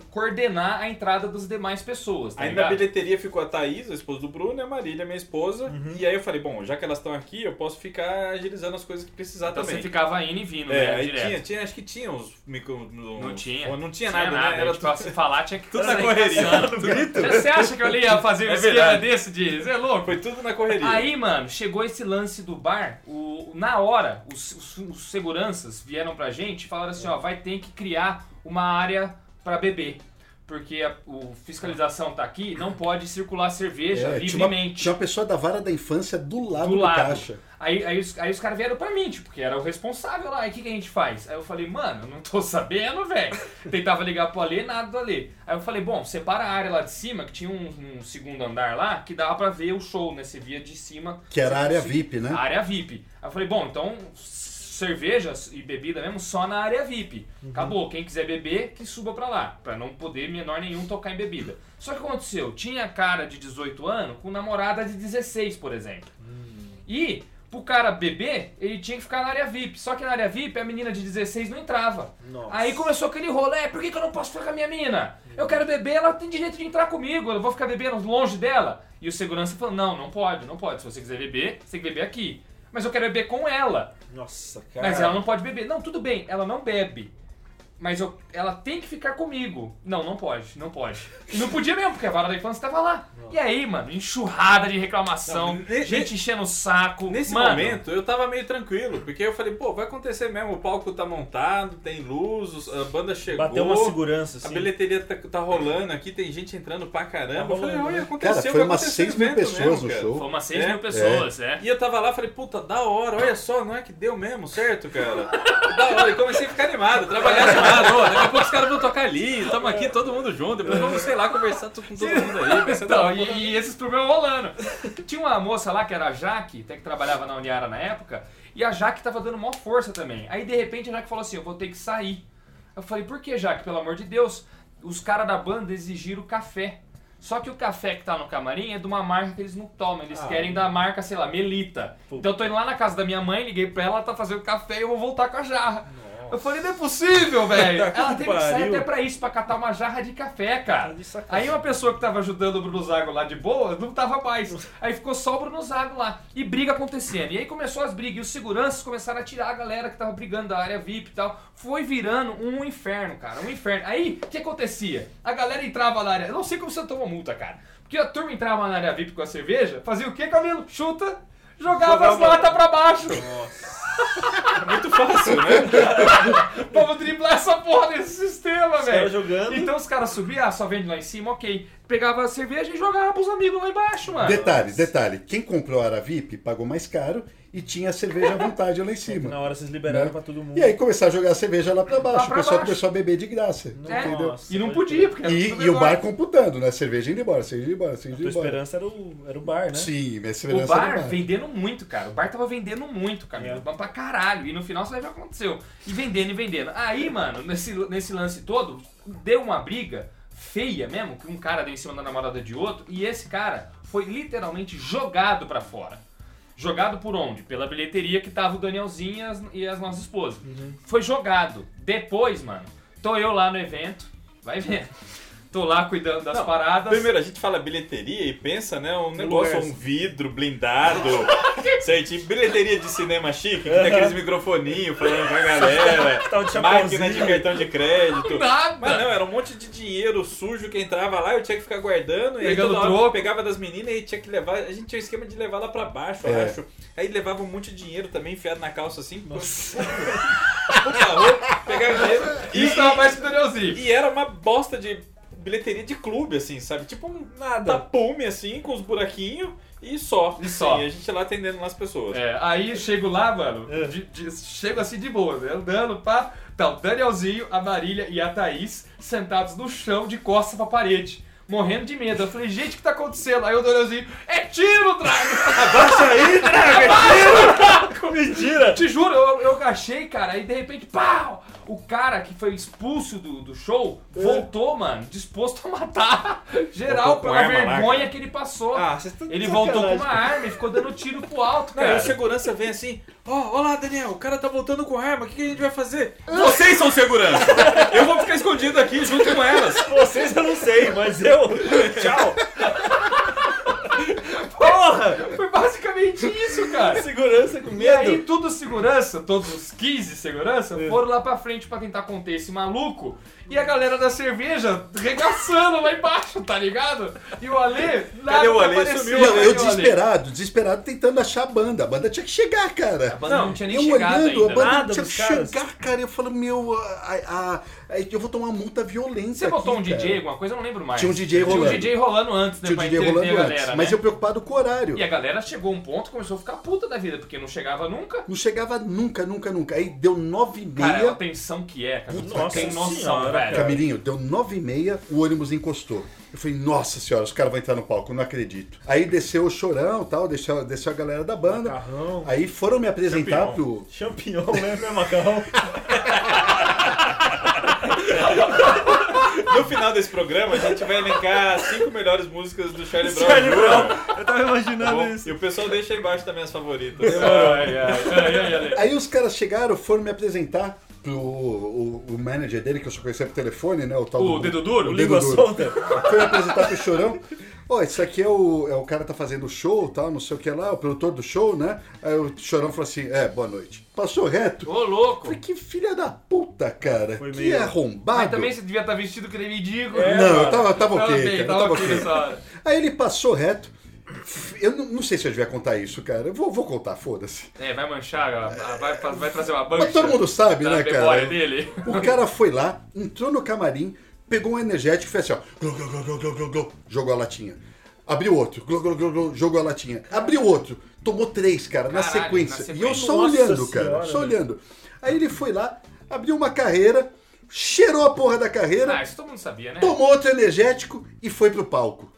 coordenar a entrada das demais pessoas, tá Aí na ligado? bilheteria ficou a Thaís, a esposa do Bruno, e a Marília, minha esposa. E aí eu falei, bom, já que elas estão aqui, eu posso ficar agilizando as coisas que precisar Então também. você ficava indo e vindo, É, né, aí direto. tinha, tinha, acho que tinha uns micro. uns- Não tinha. Não tinha, nada, né? Era Era tipo, se falar tinha que tudo na sair correria. caçando. Você acha que eu ia fazer um É esquema verdade. desse de... Você é louco? Foi tudo na correria. Aí, mano, chegou esse lance do bar. O, na hora, os, os- os seguranças vieram pra gente e falaram assim: ó, vai ter que criar uma área pra beber. Porque a o fiscalização tá aqui, não pode circular cerveja É, tinha, uma, livremente. tinha uma pessoa da vara da infância do lado Do do, lado. caixa. Aí, aí os, aí os caras vieram pra mim, tipo, que era o responsável lá. Aí o que, que a gente faz? Aí eu falei, mano, eu não tô <laughs> sabendo, velho. Tentava ligar pro Alê, nada do Alê. Aí eu falei, bom, separa a área lá de cima, que tinha um, um segundo andar lá, que dava pra ver o show, né? Você via de cima. Que era a você área conseguia- VIP, né? a área VIP. Aí eu falei, bom, então cervejas e bebida mesmo só na área VIP. Uhum. Acabou, quem quiser beber, que suba pra lá, pra não poder menor nenhum tocar em bebida. Só que o que aconteceu, tinha cara de 18 anos com namorada de 16, por exemplo. Hum. E pro cara beber, ele tinha que ficar na área VIP. Só que na área VIP a menina de 16 não entrava. Nossa. Aí começou aquele rolê, "É, por que, que eu não posso ficar com a minha mina? Eu quero beber, ela tem direito de entrar comigo, eu vou ficar bebendo longe dela. E o segurança falou, não, não pode, não pode. Se você quiser beber, você tem que beber aqui. Mas eu quero beber com ela. Nossa, cara. É. Mas ela não pode beber. Não, tudo bem, ela não bebe. Mas eu- ela tem que ficar comigo. Não, não pode, não pode. E não podia mesmo, porque a vara da infância tava lá. E aí, mano, enxurrada de reclamação, Não, ne- gente enchendo o saco. Nesse Mano, momento, eu tava meio tranquilo, porque eu falei, pô, vai acontecer mesmo, o palco tá montado, tem luz, os- a banda chegou. Bateu uma A segurança, assim. bilheteria tá, tá rolando aqui, tem gente entrando pra caramba. Tá eu falei, rolando, olha, né? aconteceu, Cara, foi vai umas acontecer 6 mil evento pessoas mesmo, no cara. Foi show. umas 6 É, mil pessoas, é. E eu tava lá, falei, puta, da hora, olha só, não é que deu mesmo, certo, cara? da hora, e comecei a ficar animado, trabalhar animado, ó, daqui a pouco os caras vão tocar ali, tamo aqui todo mundo junto, depois vamos, sei lá, conversar tudo com todo mundo aí, né? vai ser da Então, hora. e, e esses problemas rolando. Tinha uma moça lá que era a Jaque, até que trabalhava na Uniara na época, e a Jaque tava dando maior força também. Aí de repente a Jaque falou assim: Eu vou ter que sair. Eu falei: Por que, Jaque? Pelo amor de Deus, os caras da banda exigiram café. Só que o café que tá no camarim é de uma marca que eles não tomam, eles Ah. querem da marca, sei lá, Melita. Puta. Então eu tô indo lá na casa da minha mãe, liguei pra ela, ela tá fazendo café e eu vou voltar com a jarra. Eu falei, não é possível, <laughs> velho. que ela teve que sair pariu. até é pra isso, pra catar uma jarra de café, cara. Tá de sacanagem. Aí uma pessoa que tava ajudando o Bruno Zago lá de boa, não tava mais. Aí ficou só o Bruno Zago lá. E briga acontecendo. E aí começou as brigas. E os seguranças começaram a tirar a galera que tava brigando da área VIP e tal. Foi virando um inferno, cara. Um inferno. Aí, o que acontecia? A galera entrava na área... Eu não sei como você não tomou multa, cara. Porque a turma entrava na área VIP com a cerveja, fazia o quê, Camilo? Chuta, jogava, as Jogava- latas pra <laughs> baixo. Muito fácil, né? Vamos driblar essa porra desse sistema, velho. caras jogando. Então os caras subiam, ah, só vende lá em cima, ok. Pegava a cerveja e jogava pros amigos lá embaixo, mano. Detalhe, detalhe. Quem comprou a área VIP pagou mais caro e tinha a cerveja à vontade lá em cima. Na hora vocês liberaram Né? pra todo mundo. E aí começar a jogar a cerveja lá pra baixo. Lá pra o pessoal baixo. começou a beber de graça. É, Entendeu? Nossa, e não pode podia, crer. porque era É tudo E, e o menor. bar computando, né? Cerveja indo embora, cerveja indo embora, cerveja Tua indo embora. esperança era o, era o bar, né? Sim, minha O esperança era bar o bar. vendendo muito, cara. O bar tava vendendo muito, Camilo. É. Mas Pra caralho. E no final sabe o que aconteceu. E vendendo e vendendo. Aí, mano, nesse, nesse lance todo, deu uma briga. feia mesmo, que um cara deu em cima da namorada de outro, e esse cara foi literalmente jogado pra fora. Jogado por onde? Pela bilheteria que tava o Danielzinho e as, e as nossas esposas. Uhum. Foi jogado. Depois, mano, tô eu lá no evento, vai vendo. Tô lá cuidando das Não, paradas. Primeiro, a gente fala bilheteria e pensa, né? Um negócio, lugar. um vidro <laughs> blindado, certinho. Bilheteria de cinema chique, que tem aqueles microfoninhos falando com a galera, Tal de máquina Tá um chapeuzinho. de cartão de crédito. Nada! Mas não, era um monte de dinheiro sujo que entrava lá, eu tinha que ficar guardando, e aí Pegando toda hora eu troco. pegava das meninas e tinha que levar. A gente tinha um esquema de levar lá pra baixo, eu acho. Aí levava um monte de dinheiro também enfiado na calça assim. Puta roupa, pegava dinheiro. E, Isso é tava mais que o Danielzinho. e era uma bosta de bilheteria de clube, assim, sabe? Tipo um Nada. tapume, assim, com os buraquinhos e só. E só. Assim, a gente lá atendendo lá as pessoas. É, aí eu chego lá, mano, É. de- de- chego assim de boa, né? Andando, pá. Tá o Danielzinho, a Marília e a Thaís sentados no chão de costas pra parede. Morrendo de medo. Eu falei, gente, o que tá acontecendo? Aí o Danielzinho, é tiro, Drago! <laughs> <laughs> Mentira! Te juro, eu, eu achei, cara, aí de repente, pau! O cara que foi expulso do, do show voltou, mano, disposto a matar <laughs> geral É. Voltou com pela arma lá, vergonha cara. que ele passou. Ah, vocês tão de ele voltou com sacanagem, uma cara. arma e ficou dando tiro pro alto, Não, e cara. o segurança vem assim, ó, ó lá, Daniel, o cara tá voltando com arma, o que, que a gente vai fazer? Ah. Vocês são segurança! <laughs> Eu vou ficar escondido aqui junto com elas! Vocês eu não sei, mas eu. Tchau! Porra! Foi basicamente isso, cara. Segurança com E aí, medo! tudo segurança, todos os 15 segurança, É. foram lá pra frente pra tentar conter esse maluco. E a galera da cerveja regaçando lá embaixo, tá ligado? E o Ale, nada Cadê o que Ale? aparecia, Sumiu o Não, cadê o eu Ale? desesperado, desesperado tentando achar a banda. A banda tinha que chegar, cara. A banda não, Não, tinha nem Eu chegado olhando, ainda. a banda Nada tinha que dos caras. chegar, cara. Eu falo, meu, a- a- a- eu vou tomar uma multa violenta. Você botou um aqui, DJ, cara. alguma coisa? Eu não lembro mais. Tinha um DJ Tinha um rolando. DJ rolando antes, né? um Tinha o pra DJ entreter rolando a antes. galera, mas né? eu preocupado com o horário. E a galera chegou a um ponto que começou a ficar puta da vida, porque não chegava nunca. Não chegava nunca, nunca, nunca. Aí deu nove e Cara, a meia. tensão que é, cara. Puta Não tem que noção, senhora, velho. cara. Camilinho, deu nove e meia, o ônibus encostou. Eu falei, nossa senhora, os caras vão entrar no palco, não acredito. Aí desceu o chorão tal, desceu, desceu a galera da banda. Macarrão. Aí foram me apresentar pro. Champignon, né? Não é <laughs> macarrão? No final desse programa, a gente vai elencar as cinco melhores músicas do Charlie Brown. Charlie é. Jr. Brown. Eu Tá tava imaginando bom? isso. E o pessoal deixa aí embaixo também as favoritas. Ai, ai, ai, ai, Ale. Aí os caras chegaram, foram me apresentar pro o, o manager dele, que eu só conhecia por telefone, né? O tal O do- dedo duro? O Língua dedo duro. solta. Foi me apresentar pro chorão. Ó, isso aqui é o, é o cara tá fazendo o show tal, não sei o que lá, o produtor do show, né? Aí o chorão falou assim: é, boa noite. Passou reto. Ô, louco. Falei, que filha da puta, cara. Foi que meio- arrombado. Mas também você devia estar vestido que nem mendigo. Não, eu tava, tava É, ok, É, bem, cara. Tava, ok. nessa hora. Aí ele passou reto. Eu não, não sei se eu devia contar isso, cara. Eu vou, vou contar, foda-se. É, vai manchar, a- a- vai, fa- vai trazer uma banca. Mas todo mundo sabe, tá na né, memória cara? dele. <laughs> O cara foi lá, entrou no camarim, pegou um energético e fez assim, ó. Glu, glu, glu, glu, glu, glu, glu, jogou a latinha. Abriu outro, glu, glu, glu, glu, jogou a latinha. Abriu outro, tomou três, cara, na, Caralho, sequência. na E eu sequência. só Nossa olhando, cara, senhora, né? só velho. olhando. Aí ele foi lá, abriu uma carreira, cheirou a porra da carreira, Ah, isso todo mundo sabia, né? tomou outro energético e foi pro palco.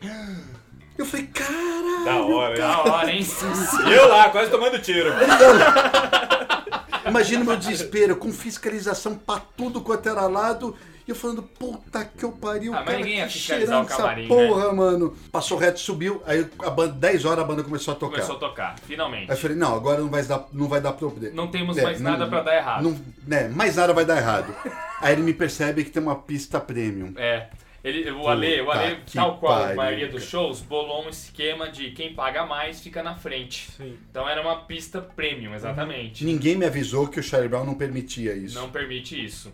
Eu falei, caralho. Da hora, hein? Da hora, <laughs> hein? E eu lá, quase tomando tiro. Imagina o meu desespero, com fiscalização pra tudo quanto era lado. E eu falando, puta que eu pariu, Ah, mas cara, ninguém ia que fiscalizar cheirando o camarim, né?" essa porra, mano. Passou reto, subiu, aí a banda, 10 horas a banda começou a tocar. Começou a tocar, finalmente. Aí eu falei, não, agora não vai dar, não vai dar problema. Não temos mais nada pra dar errado. Não, né, mais nada vai dar errado. aí ele me percebe que tem uma pista premium. É. Ele, o Ale, o Puta Ale que tal qual a pariu, maioria dos cara. shows, bolou um esquema de quem paga mais fica na frente. Sim. Então era uma pista Uhum. premium, exatamente. Ninguém me avisou que o Charlie Brown não permitia isso. Não permite isso.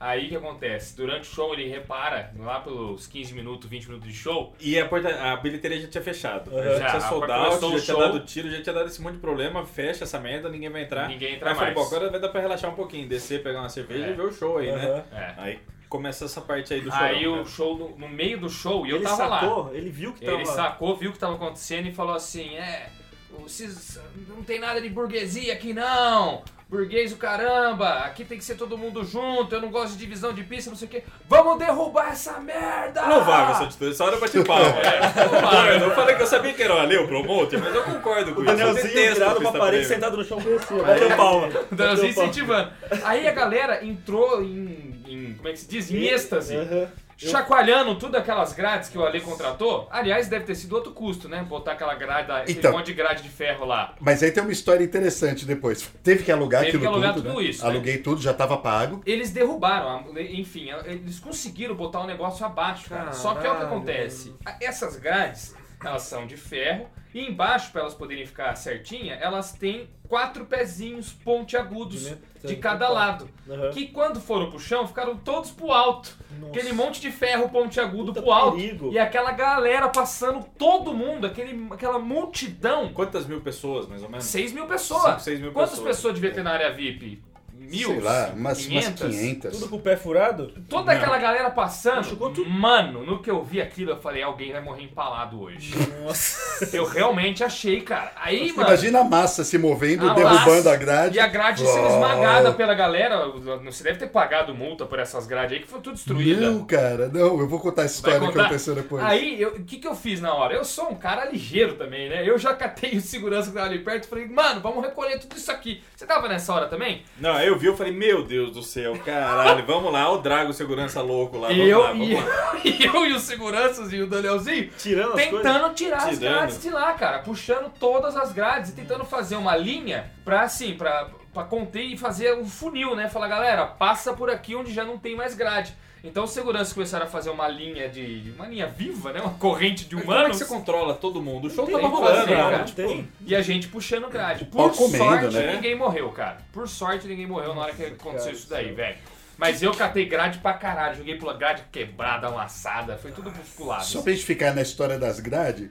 Aí o que acontece? Durante o show ele repara, lá pelos 15 minutos, 20 minutos de show, E a, porta, a bilheteria já tinha fechado. Uhum. Já, Já, tinha a porta soldado, começou o já tinha show. dado tiro, já tinha dado esse monte de problema. Fecha essa merda, ninguém vai entrar. Ninguém entra Aí eu falei, mais. "Pô, agora vai dar pra relaxar um pouquinho, descer, pegar uma cerveja É. e ver o show aí, né? Aham. é. Aí começa essa parte aí do né? show. Aí o show, no, no meio do show, e eu Ele tava lá. sacou, ele viu que tava. Ele sacou, viu o que tava acontecendo e falou assim: é, vocês não tem nada de burguesia aqui não. Burguês o caramba, aqui tem que ser todo mundo junto, eu não gosto de divisão de pista, não sei o que. Vamos derrubar essa merda! Louvável essa atitude, só hora pra <laughs> te palma. É, louvável. Eu falei que eu sabia que era o Ale, o promoter, mas eu concordo com isso. Eu Danielzinho é detesto virado tá pista pra parede, prêmio. sentado no chão, com assim, ó, bateu palma. Então, Bateu palma. né, incentivando. Aí a galera entrou em, em- Como é que se diz? Em êxtase. Aham. chacoalhando tudo aquelas grades que o Ale contratou. Aliás, deve ter sido outro custo, né? Botar aquela grade, aquele Então. monte de grade de ferro lá. Mas aí tem uma história interessante depois. Teve que alugar Teve que aquilo alugar tudo, tudo né? isso, né? Aluguei tudo, já tava pago. Eles derrubaram, a- enfim, eles conseguiram botar o negócio abaixo, cara. Só que é o que Caralho. acontece. A- Essas grades, elas são de ferro e embaixo, para elas poderem ficar certinha, elas têm quatro pezinhos pontiagudos De de, metal. cada lado. Aham. Que quando foram pro chão, ficaram todos pro alto. Nossa. Aquele monte de ferro pontiagudo Puta pro alto. perigo. E aquela galera passando, todo mundo, aquele, aquela multidão. Quantas mil pessoas, mais ou menos? 6 mil pessoas. Cinco, seis mil Quantas pessoas. pessoas devia ter na área VIP? Mil? Sei lá, umas 500. 500? Umas 500. Tudo com o pé furado? Toda aquela galera passando, Machucou tudo. mano, no que eu vi aquilo, eu falei, alguém vai morrer empalado hoje. Nossa. eu realmente achei, cara. Aí, mano, Imagina a massa se movendo, a derrubando laça a grade. E a grade sendo Oh. esmagada pela galera. Você deve ter pagado multa por essas grades aí, que foi tudo destruída. Não, cara, não, eu vou contar essa Vai história que contar? Ah, aconteceu depois. Aí, eu- o que, que eu fiz na hora? Eu sou um cara ligeiro também, né? Eu já catei o segurança que tava ali perto e falei, mano, vamos recolher tudo isso aqui. Você tava nessa hora também? Não, eu vi, eu falei, meu Deus do céu, caralho, vamos lá, olha o Drago segurança louco lá, vamos E eu, lá, vamos e, lá. <laughs> e eu e os seguranças e o Danielzinho Tirando as coisas. tentando tirar as Tirando. grades de lá, cara, puxando todas as grades e tentando fazer uma linha pra assim, pra, pra conter e fazer um funil, né? Falar, galera, passa por aqui onde já não tem mais grade. Então os seguranças começaram a fazer uma linha de. de- uma linha viva, né? Uma corrente de Como é que humanos. você controla todo mundo? O show Tem tava que rolando, fazer, né? cara. Tipo, Tem. E a gente puxando grade. Por pau comendo, sorte, né? ninguém morreu, cara. Por sorte, ninguém morreu na hora que aconteceu cara isso do daí, céu. velho. Mas eu catei grade pra caralho, joguei pela grade quebrada, amassada, foi tudo pro lado. Só pra gente ficar na história das grades,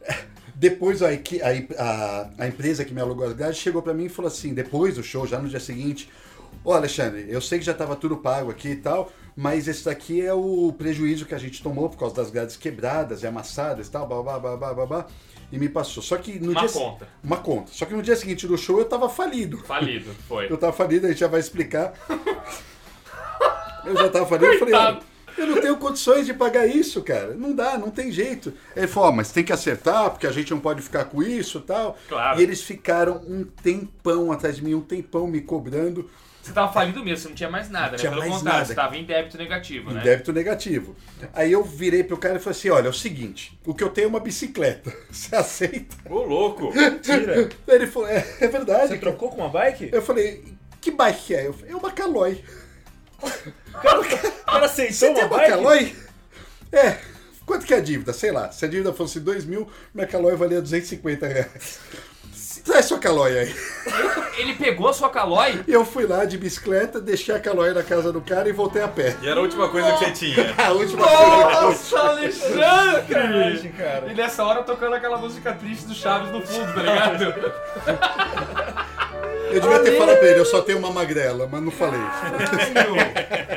<laughs> depois a, equi- a- a- a empresa que me alugou as grades chegou pra mim e falou assim, depois do show, já no dia seguinte, ô Alexandre, eu sei que já tava tudo pago aqui e tal, mas esse daqui é o prejuízo que a gente tomou por causa das grades quebradas e amassadas e tal, babá, babá, babá, e me passou. Só que no Uma dia... se- conta. Uma conta. Só que no dia seguinte do show eu tava falido. Falido, foi. Eu tava falido, a gente já vai explicar. Eu já tava falido, eu falei, Coitado. "Olha, eu não tenho condições de pagar isso, cara. Não dá, não tem jeito. Ele falou, ó, mas tem que acertar, porque a gente não pode ficar com isso e tal. Claro. E eles ficaram um tempão atrás de mim, um tempão me cobrando Você tava falido mesmo, você não tinha mais nada, né? Tinha Pelo mais contrário, nada. você tava em débito negativo, em né? um débito negativo. Aí eu virei pro cara e falei assim, olha, é o seguinte, o que eu tenho é uma bicicleta. <laughs> Você aceita? Ô, louco. Tira. Aí ele falou, é, é verdade. cara." Você trocou com uma bike? Eu falei, que bike que é? Eu falei, é uma Caloi. O cara aceitou Você tem uma uma bike? Caloi? É. Quanto que é a dívida? Sei lá. Se a dívida fosse 2 mil, minha Caloi valia 250 reais. Traz sua Caloi aí. Ele pegou a sua calói? Eu fui lá de bicicleta, deixei a Caloi na casa do cara e voltei a pé. E era a última coisa que você tinha. A última Nossa, Alexandre! Coragem, cara. E nessa hora tocando aquela música triste do Chaves no fundo, tá ligado? Eu devia ter falado pra ele, eu só tenho uma magrela, mas não falei.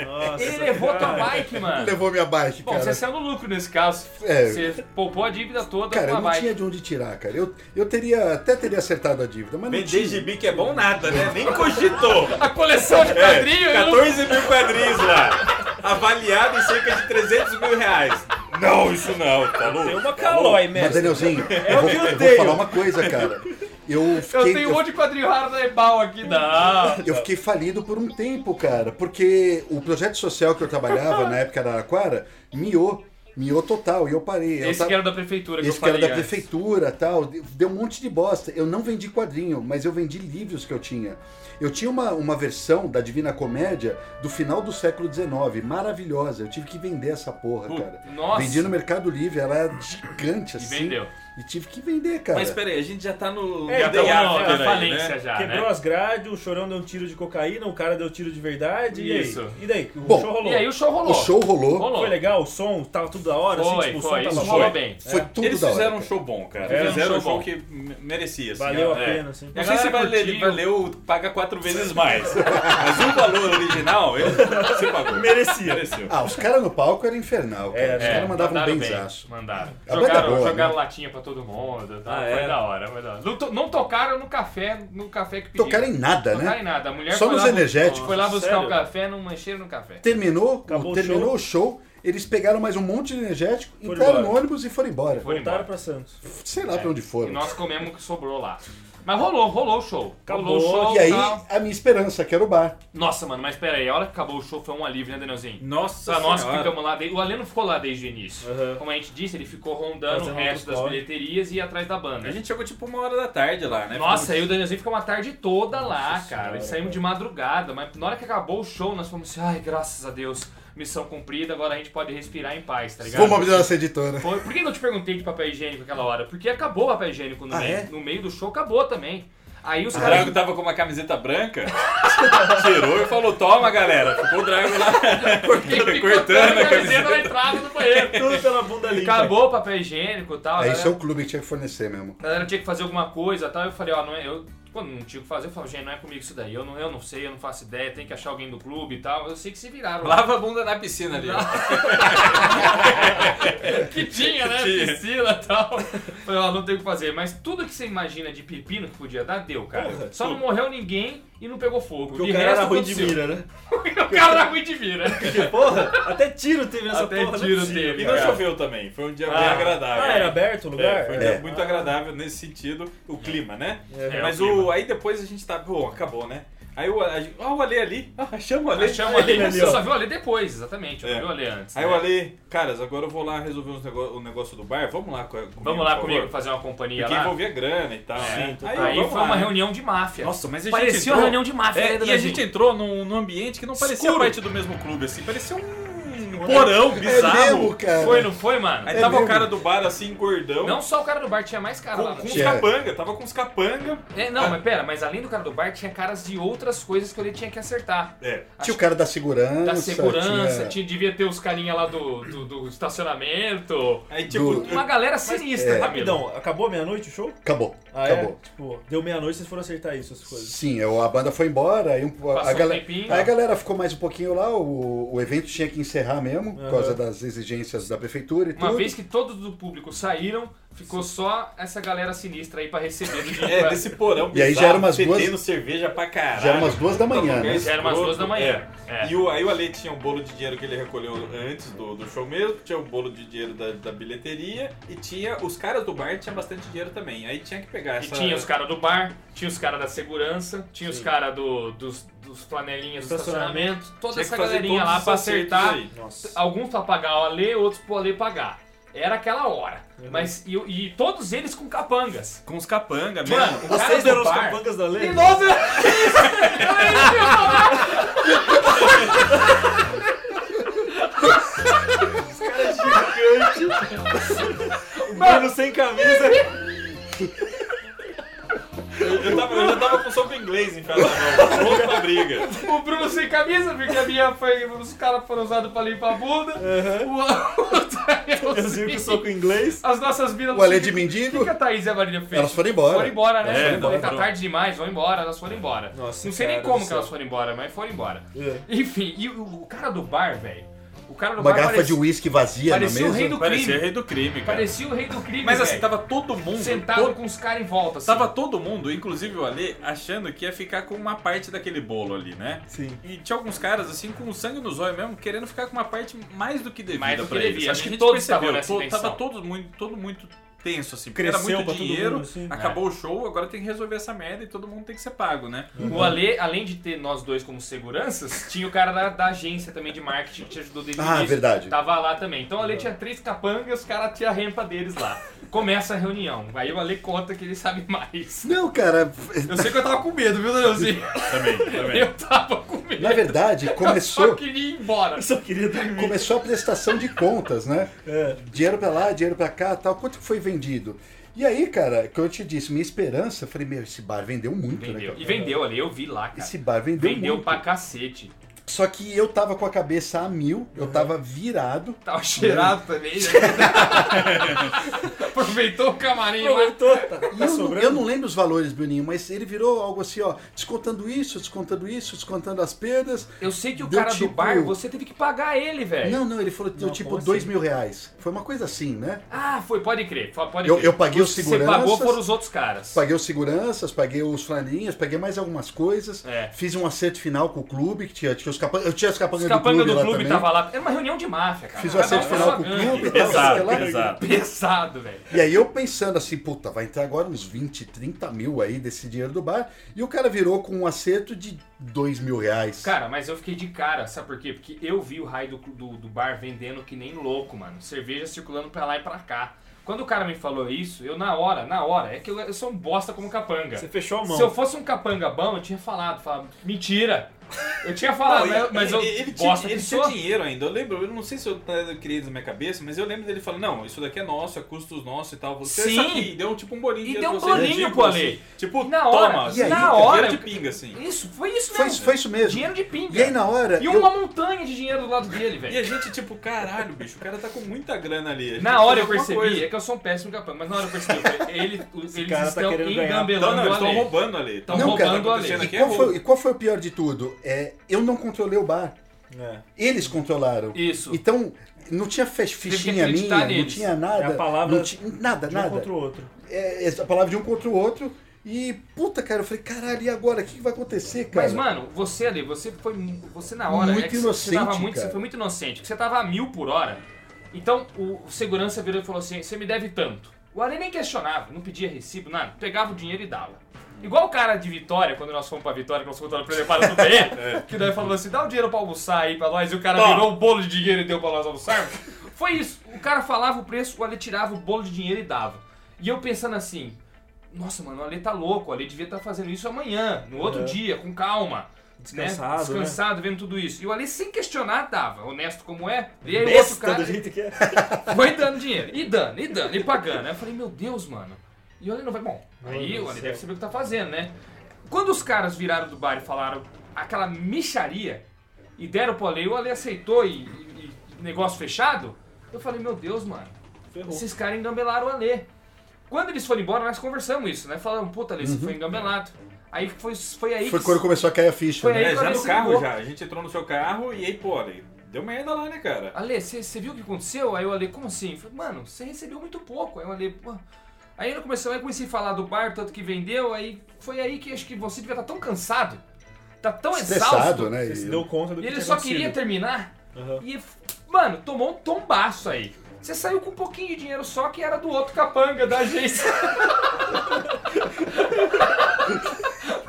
Nossa, Ele levou a tua cara. bike, mano. Levou minha bike, Bom, cara. você saiu no lucro nesse caso. É. Você poupou a dívida toda Cara, com eu a não é bike. tinha de onde tirar, cara. Eu, eu teria até teria acertado a dívida, mas não Vender tinha. gibi que é bom nada, né? Nem cogitou. A coleção de É, quadrinho, eu não- 14 mil quadrinhos lá. Avaliado em cerca de 300 mil reais. Não, isso não, tá louco? Tem uma calói, Mas, mestre. Danielzinho, eu, o vou, que eu eu vou tenho. falar uma coisa, cara. Eu eu fiquei, tenho um monte de quadrinho raro da Ebal aqui. Não. Eu fiquei falido por um tempo, cara, porque o projeto social que eu trabalhava na época da Araquara miou, miou total, e eu parei. Eu Esse tava- que era da prefeitura, que Esse eu que era falei né? da antes. prefeitura tal, deu um monte de bosta. Eu não vendi quadrinho, mas eu vendi livros que eu tinha. Eu tinha uma, uma versão da Divina Comédia do final do século XIX, maravilhosa. Eu tive que vender essa porra, cara. Nossa. Vendi no Mercado Livre, ela era gigante assim. vendeu. E tive que vender, cara. Mas peraí, a gente já tá no. Já então, no day tá after na aí, né? falência já, Quebrou né? as grades, o chorão deu um tiro de cocaína, o cara deu um tiro de verdade. Isso. E daí? E daí? O Bom, show rolou. E aí o show rolou. O show rolou, rolou. Foi legal, o som tava tudo da hora, assim, Foi, tipo, foi. tá o som Isso tava rolou bom. bem. foi tudo Eles da hora. fizeram um show bom, cara. Fizeram um fizeram um show show bom. que me- merecia, assim. Valeu ó, a é. pena, <laughs> assim. Não sei se galera vale- curtiu. valeu, paga quatro vezes mais. Mas o valor original, ele se pagou. Merecia. Mereceu. Ah, os caras no palco era infernal, cara. É, os é, caras mandavam um mandaram benzaço. Mandaram. A banda jogaram é boa, jogaram né? latinha pra todo mundo. Tá? Ah, foi é? da hora, foi da hora. Não, to- não tocaram no café, no café que pediram. Tocaram em nada, Tocaram em né? nada. A mulher Só foi nos lá, bu- energéticos. Foi lá buscar Sério? o café, não mancheiro no café. Terminou, Acabou o terminou o show. eles pegaram mais um monte de energético, Foram entraram no embora. ônibus e foram embora. Foi Voltaram embora. pra Santos. Sei lá pra onde E foram. nós comemos o que sobrou lá. Mas rolou, rolou o show. Acabou. Rolou o show E aí, tal. a minha esperança, que era o bar. Nossa, mano, mas pera aí, a hora que acabou o show foi um alívio, né, Danielzinho? Nossa Pra nós que senhora. É. ficamos lá, desde- o Alê não ficou lá desde o início. Aham. Como a gente disse, ele ficou Tá rondando Fazendo o resto das autocall. bilheterias e ia atrás da banda. A gente chegou tipo uma hora da tarde lá, né? Nossa, Ficamos- aí o Danielzinho ficou uma tarde toda lá, cara. Senhora, E é. saímos de madrugada, mas na hora que acabou o show, nós fomos assim, ai, graças a Deus, missão cumprida, agora a gente pode respirar em paz, tá ligado? Vamos abrir nossa editora. Foi- Por que que eu te perguntei de papel higiênico aquela hora? Porque acabou o papel higiênico no Ah, meio. é? No meio do show acabou também. Aí os O caras. um Drago tava com uma camiseta branca, <laughs> tirou e falou: Toma, galera. Ficou o Drago <laughs> lá <laughs> cortando, cortando a camiseta. na entrada do banheiro. Tudo pela bunda limpa. Acabou o papel higiênico e tal. a Aí galera- isso é o clube que tinha que fornecer mesmo. a galera tinha que fazer alguma coisa e tal. Eu falei, ó, não é, eu, quando não tinha o que fazer, eu falei, gente, não é comigo isso daí. Eu não, eu não sei, eu não faço ideia, tem que achar alguém do clube e tal. Eu sei que se viraram. lá. Lava a bunda na piscina ali. <laughs> que tinha, né? Tinha. Piscina e tal. Falei, ó, não tem o que fazer. Mas tudo que você imagina de pepino que podia dar, deu, cara. Porra, Só não morreu ninguém e não pegou fogo. Porque de o cara resto, era ruim de aconteceu. mira, né? <laughs> o cara era ruim de mira. Porque, porra, até tiro teve nessa Até porra. não é tiro possível. teve. E não choveu também. Foi um dia bem Ah. agradável. Ah, era aberto o É, lugar? foi um dia É. muito agradável nesse sentido, o clima, né? É, Mas o clima. o, aí depois a gente tá, bom, acabou, né? Aí o, a, gente- ó, <laughs> o Ale ali, ah, chama o Ale. Mas chama o Ale, Ali, você ó. só viu o Ale depois, exatamente. Eu É. não vi o Ale antes. Aí né? o Ale, caras, agora eu vou lá resolver uns nego- o negócio do bar, vamos lá co- comigo, Vamos lá por comigo favor? fazer uma companhia Porque lá. É. envolvia grana e tal, né? total. Aí vamos foi lá, uma né? reunião de máfia. Nossa, mas a gente Parecia entrou- uma reunião de máfia, né, É, e Dona a Gil? gente entrou num, num ambiente que não parecia Escuro. parte do mesmo clube, assim, parecia um porão bizarro. É mesmo, cara. Foi, não foi, mano? Aí tava o mesmo. cara do bar assim, gordão, Não só o cara do bar, tinha mais cara lá. com, com velho. uns Tinha. capanga, tava com uns capanga. É, não, mas pera, mas além do cara do bar, tinha caras de outras coisas que ele tinha que acertar. É, Tinha o cara da segurança. Da segurança, tinha- tinha, devia ter os carinha lá do, do, do estacionamento. é. aí tipo... Do- Uma galera sinistra, Camilo. Rapidão, acabou meia-noite o show? Acabou, Ah, acabou. é? Tipo, deu meia-noite, vocês foram acertar isso, essas coisas. Sim, eu- a banda foi embora, aí um- a, um galera, tempinho. aí a galera ficou mais um pouquinho lá, o, o evento tinha que encerrar mesmo, por Aham. causa das exigências da prefeitura e Uma tudo. vez que todos do público saíram, ficou só essa galera sinistra aí pra receber. do dinheiro. É, desse porão bizarro, E aí já era umas duas- fedendo cerveja pra caralho. Já eram umas duas da manhã, Lugar né? Já era umas escroto. duas da manhã. É. É. E o, aí o Ale tinha um bolo de dinheiro que ele recolheu antes do, do show mesmo, tinha o bolo de dinheiro da, da bilheteria e tinha. Os caras do bar tinham bastante dinheiro também. Aí tinha que pegar E essa. tinha os caras do bar, tinha os caras da segurança, tinha os caras do, dos, dos flanelinhas do Estacionamento. estacionamento, toda Tinha que essa fazer galerinha todos lá os pra acertos acertar. aí. Nossa. Alguns pra pagar o Alê, outros pro Alê pagar. Era aquela hora. Uhum. Mas, e, e todos eles com capangas. Com os capanga mesmo. Mano, o cara Vocês do eram os bar- capangas da lei? E nós era- Mano, sem camisa. eu, eu tava, eu já tava com sopa inglês em casa, não. <laughs> Pronto pra briga. o Bruno sem camisa, porque a minha foi. Os caras foram usados pra limpar a bunda. O, é o Danielzinho- Eu vi que sou com inglês. As nossas vidas O Alê não de mendigo. O que a Thaís e a Marília fez? Elas foram embora. Foram embora, né? É, foram embora. não, Tá não. tarde demais, vão embora, elas foram embora. Nossa, não sei nem cara como do que céu. elas foram embora, mas foram embora. É. Enfim, e o, o cara do bar, velho. O cara do Uma bar garrafa parecia, de uísque vazia na parecia o mesa. rei do Parecia crime. rei do crime, cara. Parecia o rei do crime. Mas assim, velho. tava todo mundo. sentado todo- com os caras em volta. Assim. Tava todo mundo, inclusive o Ale, achando que ia ficar com uma parte daquele bolo ali, né? Sim. E tinha alguns caras, assim, com sangue nos olhos mesmo, querendo ficar com uma parte mais do que devida Mais do que pra eles. devia. Acho Acho que que a gente todos percebeu, estavam nessa to- intenção. tava todo muito, todo muito tenso, assim. porque Cresceu era pra muito todo dinheiro, mundo, assim. acabou o show, agora tem que resolver essa merda e todo mundo tem que ser pago, né? O Ale, além de ter nós dois como seguranças, tinha o cara da, da agência também de marketing que te ajudou desde o Ah, início. verdade. Tava lá também. Então o Ale tinha três capangas, os caras tinham a rempa deles lá. Começa a reunião. Aí o Ale conta que ele sabe mais. Não, cara, Eu sei que eu tava com medo, viu, Danielzinho? Também, <laughs> também. Eu tava com medo. na <laughs> verdade, Eu começou, só queria ir embora. Eu só queria dormir. começou a prestação de contas, né? É. Dinheiro pra lá, dinheiro pra cá, tal. Quanto que foi vendido? E aí, cara, que eu te disse, minha esperança, eu falei, meu, esse bar vendeu muito, né? Vendeu. cara? E vendeu ali, eu vi lá, cara. Esse bar vendeu, vendeu muito. pra cacete. Só que eu tava com a cabeça a mil, eu tava virado. <laughs> Tava cheirado também, né? Aproveitou o camarim lá. Aproveitou, tá, E tá eu, não, sobrando. eu não lembro os valores, Bruninho, mas ele virou algo assim, ó, descontando isso, descontando isso, descontando as perdas. Eu sei que o Deu cara do tipo- bar, você teve que pagar ele, É velho. Não, não, ele falou, deu Não, tipo, como assim? dois mil reais. Foi uma coisa assim, né? Ah, foi, pode crer. foi- Pode Eu- crer. eu paguei os que Você seguranças. pagou foram os outros caras. Paguei os seguranças, paguei os flanelinhas, paguei mais algumas coisas. É. Fiz um acerto final com o clube, que tinha, tinha os capangas. Eu tinha os Os capangas do capanga clube, do lá clube também. tava lá. Era uma reunião de máfia, cara. Fiz o Cada acerto um final só com o ganha. clube e tal. sei Pesado, lá. <laughs> pesado. Pesado, velho. E aí eu pensando assim, puta, vai entrar agora uns 20, 30 mil aí desse dinheiro do bar. E o cara virou com um acerto de 2 mil reais. Cara, mas eu fiquei de cara, sabe por quê? Porque eu vi o raio do, do, do bar vendendo que nem louco, mano. Cerveja circulando pra lá e pra cá. Quando o cara me falou isso, eu na hora, na hora, é que eu, eu sou um bosta como capanga. é Você fechou a mão. Se eu fosse um capanga bom, eu tinha falado, falado mentira. Eu tinha falado, Não, Ah, mas, mas eu ele, ele tinha, bosta ele que tinha sou. dinheiro ainda. Eu lembro, eu não sei se eu, né, eu criei isso na minha cabeça, mas eu lembro dele falando: Não, isso daqui é nosso, é custos nossos e tal. Você Sim. isso aqui. E deu tipo um bolinho E de deu um vocês, bolinho ridículo, pro Ale. assim. Tipo, Na toma, hora, assim, na dinheiro hora. de pinga, assim. Isso, foi isso Foi, mesmo. foi isso mesmo. Dinheiro de pinga. E aí na hora. E eu- uma montanha de dinheiro do lado dele, E a velho. gente, tipo, caralho, bicho, o cara tá com muita grana ali. A gente Na hora eu precisa de percebi, alguma é que eu sou um péssimo capanga, mas na hora eu <laughs> percebi, eu falei, ele, eles cara tá estão Coisa. querendo ganhar. Não, engambelando não, eles o estão Ale. roubando ali. Tão Não, cara, roubando o Ale. acontecendo E aqui é qual, roubo. foi, e qual foi o pior de tudo? É, eu não controlei o bar. É. Eles controlaram. Uhum. Isso. Então, não tinha fe- fichinha Teve que acreditar minha, não neles. tinha nada. É a palavra não tinha, nada, De um nada. contra o outro. Né? É, é a palavra de um contra o outro. E, puta, cara, eu falei, caralho, e agora? O que que vai acontecer, cara? Mas, mano, você ali, você foi. mu- Você na hora. Muito é que você tava inocente, muito, Você cara. foi muito inocente, porque você tava a mil por hora. Então o segurança virou e falou assim: você me deve tanto. O Ale nem questionava, não pedia recibo, nada. Pegava o dinheiro e dava. Igual o cara de Vitória, quando nós fomos pra Vitória, que nós fomos pra preparo do <laughs> PE, <laughs> que daí falou assim: dá o dinheiro pra almoçar aí pra nós, e o cara Toma. virou o bolo de dinheiro e deu pra nós almoçarmos. Foi isso. O cara falava o preço, o Ale tirava o bolo de dinheiro e dava. E eu pensando assim: nossa, mano, o Ale tá louco, o Ale devia estar fazendo isso amanhã, no outro É. dia, com calma. Descansado, né? né? Descansado, vendo tudo isso. E o Ale, sem questionar, dava, honesto como é. E aí o outro Besta do cara jeito que é. foi dando dinheiro. E dando, e dando, e pagando. Aí eu falei, meu Deus, mano. E o Ale não vai. Bom, aí Mano o do Ale céu. deve saber o que tá fazendo, né? Quando os caras viraram do bar e falaram aquela micharia e deram pro Ale, o Ale aceitou e, e- e negócio fechado, eu falei, meu Deus, mano. Ferrou. Esses caras engambelaram o Alê. Quando eles foram embora, nós conversamos isso, né? Falamos, puta, Alê, você foi engambelado. Aí foi, foi aí Uhum. Foi que... quando começou a cair a ficha, Foi né? aí. É, já parece no que carro, ligou. já. A gente entrou no seu carro e aí, pô, olha, deu merda lá, né, cara? Alê, você você viu o que aconteceu? Aí o Alê, como assim? Eu Falei, mano, você recebeu muito pouco. Aí o Alê, pô... Aí eu comecei, aí eu comecei a falar do bar, tanto que vendeu, aí foi aí que acho que você devia estar tão cansado, tá tão exausto, Estressado, né? Você se E- deu conta do e que ele tinha só acontecido. queria terminar, Aham. e, mano, tomou um tombaço aí. Você saiu com um pouquinho de dinheiro só que era do outro capanga da agência. <laughs>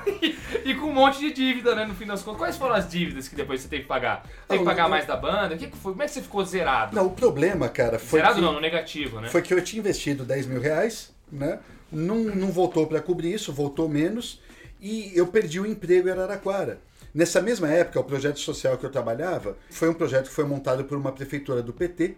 E, e com um monte de dívida, né, no fim das contas. Quais foram as dívidas que depois você teve que pagar? Teve que Ah, pagar eu- mais da banda? O que que foi? Como é que você ficou zerado? Não, o problema, cara, foi zerado que, não, no negativo, né? foi que eu tinha investido 10 mil reais, né? Não, não voltou para cobrir isso, voltou menos. E eu perdi o emprego em Araraquara. Nessa mesma época, o projeto social que eu trabalhava foi um projeto que foi montado por uma prefeitura do PT.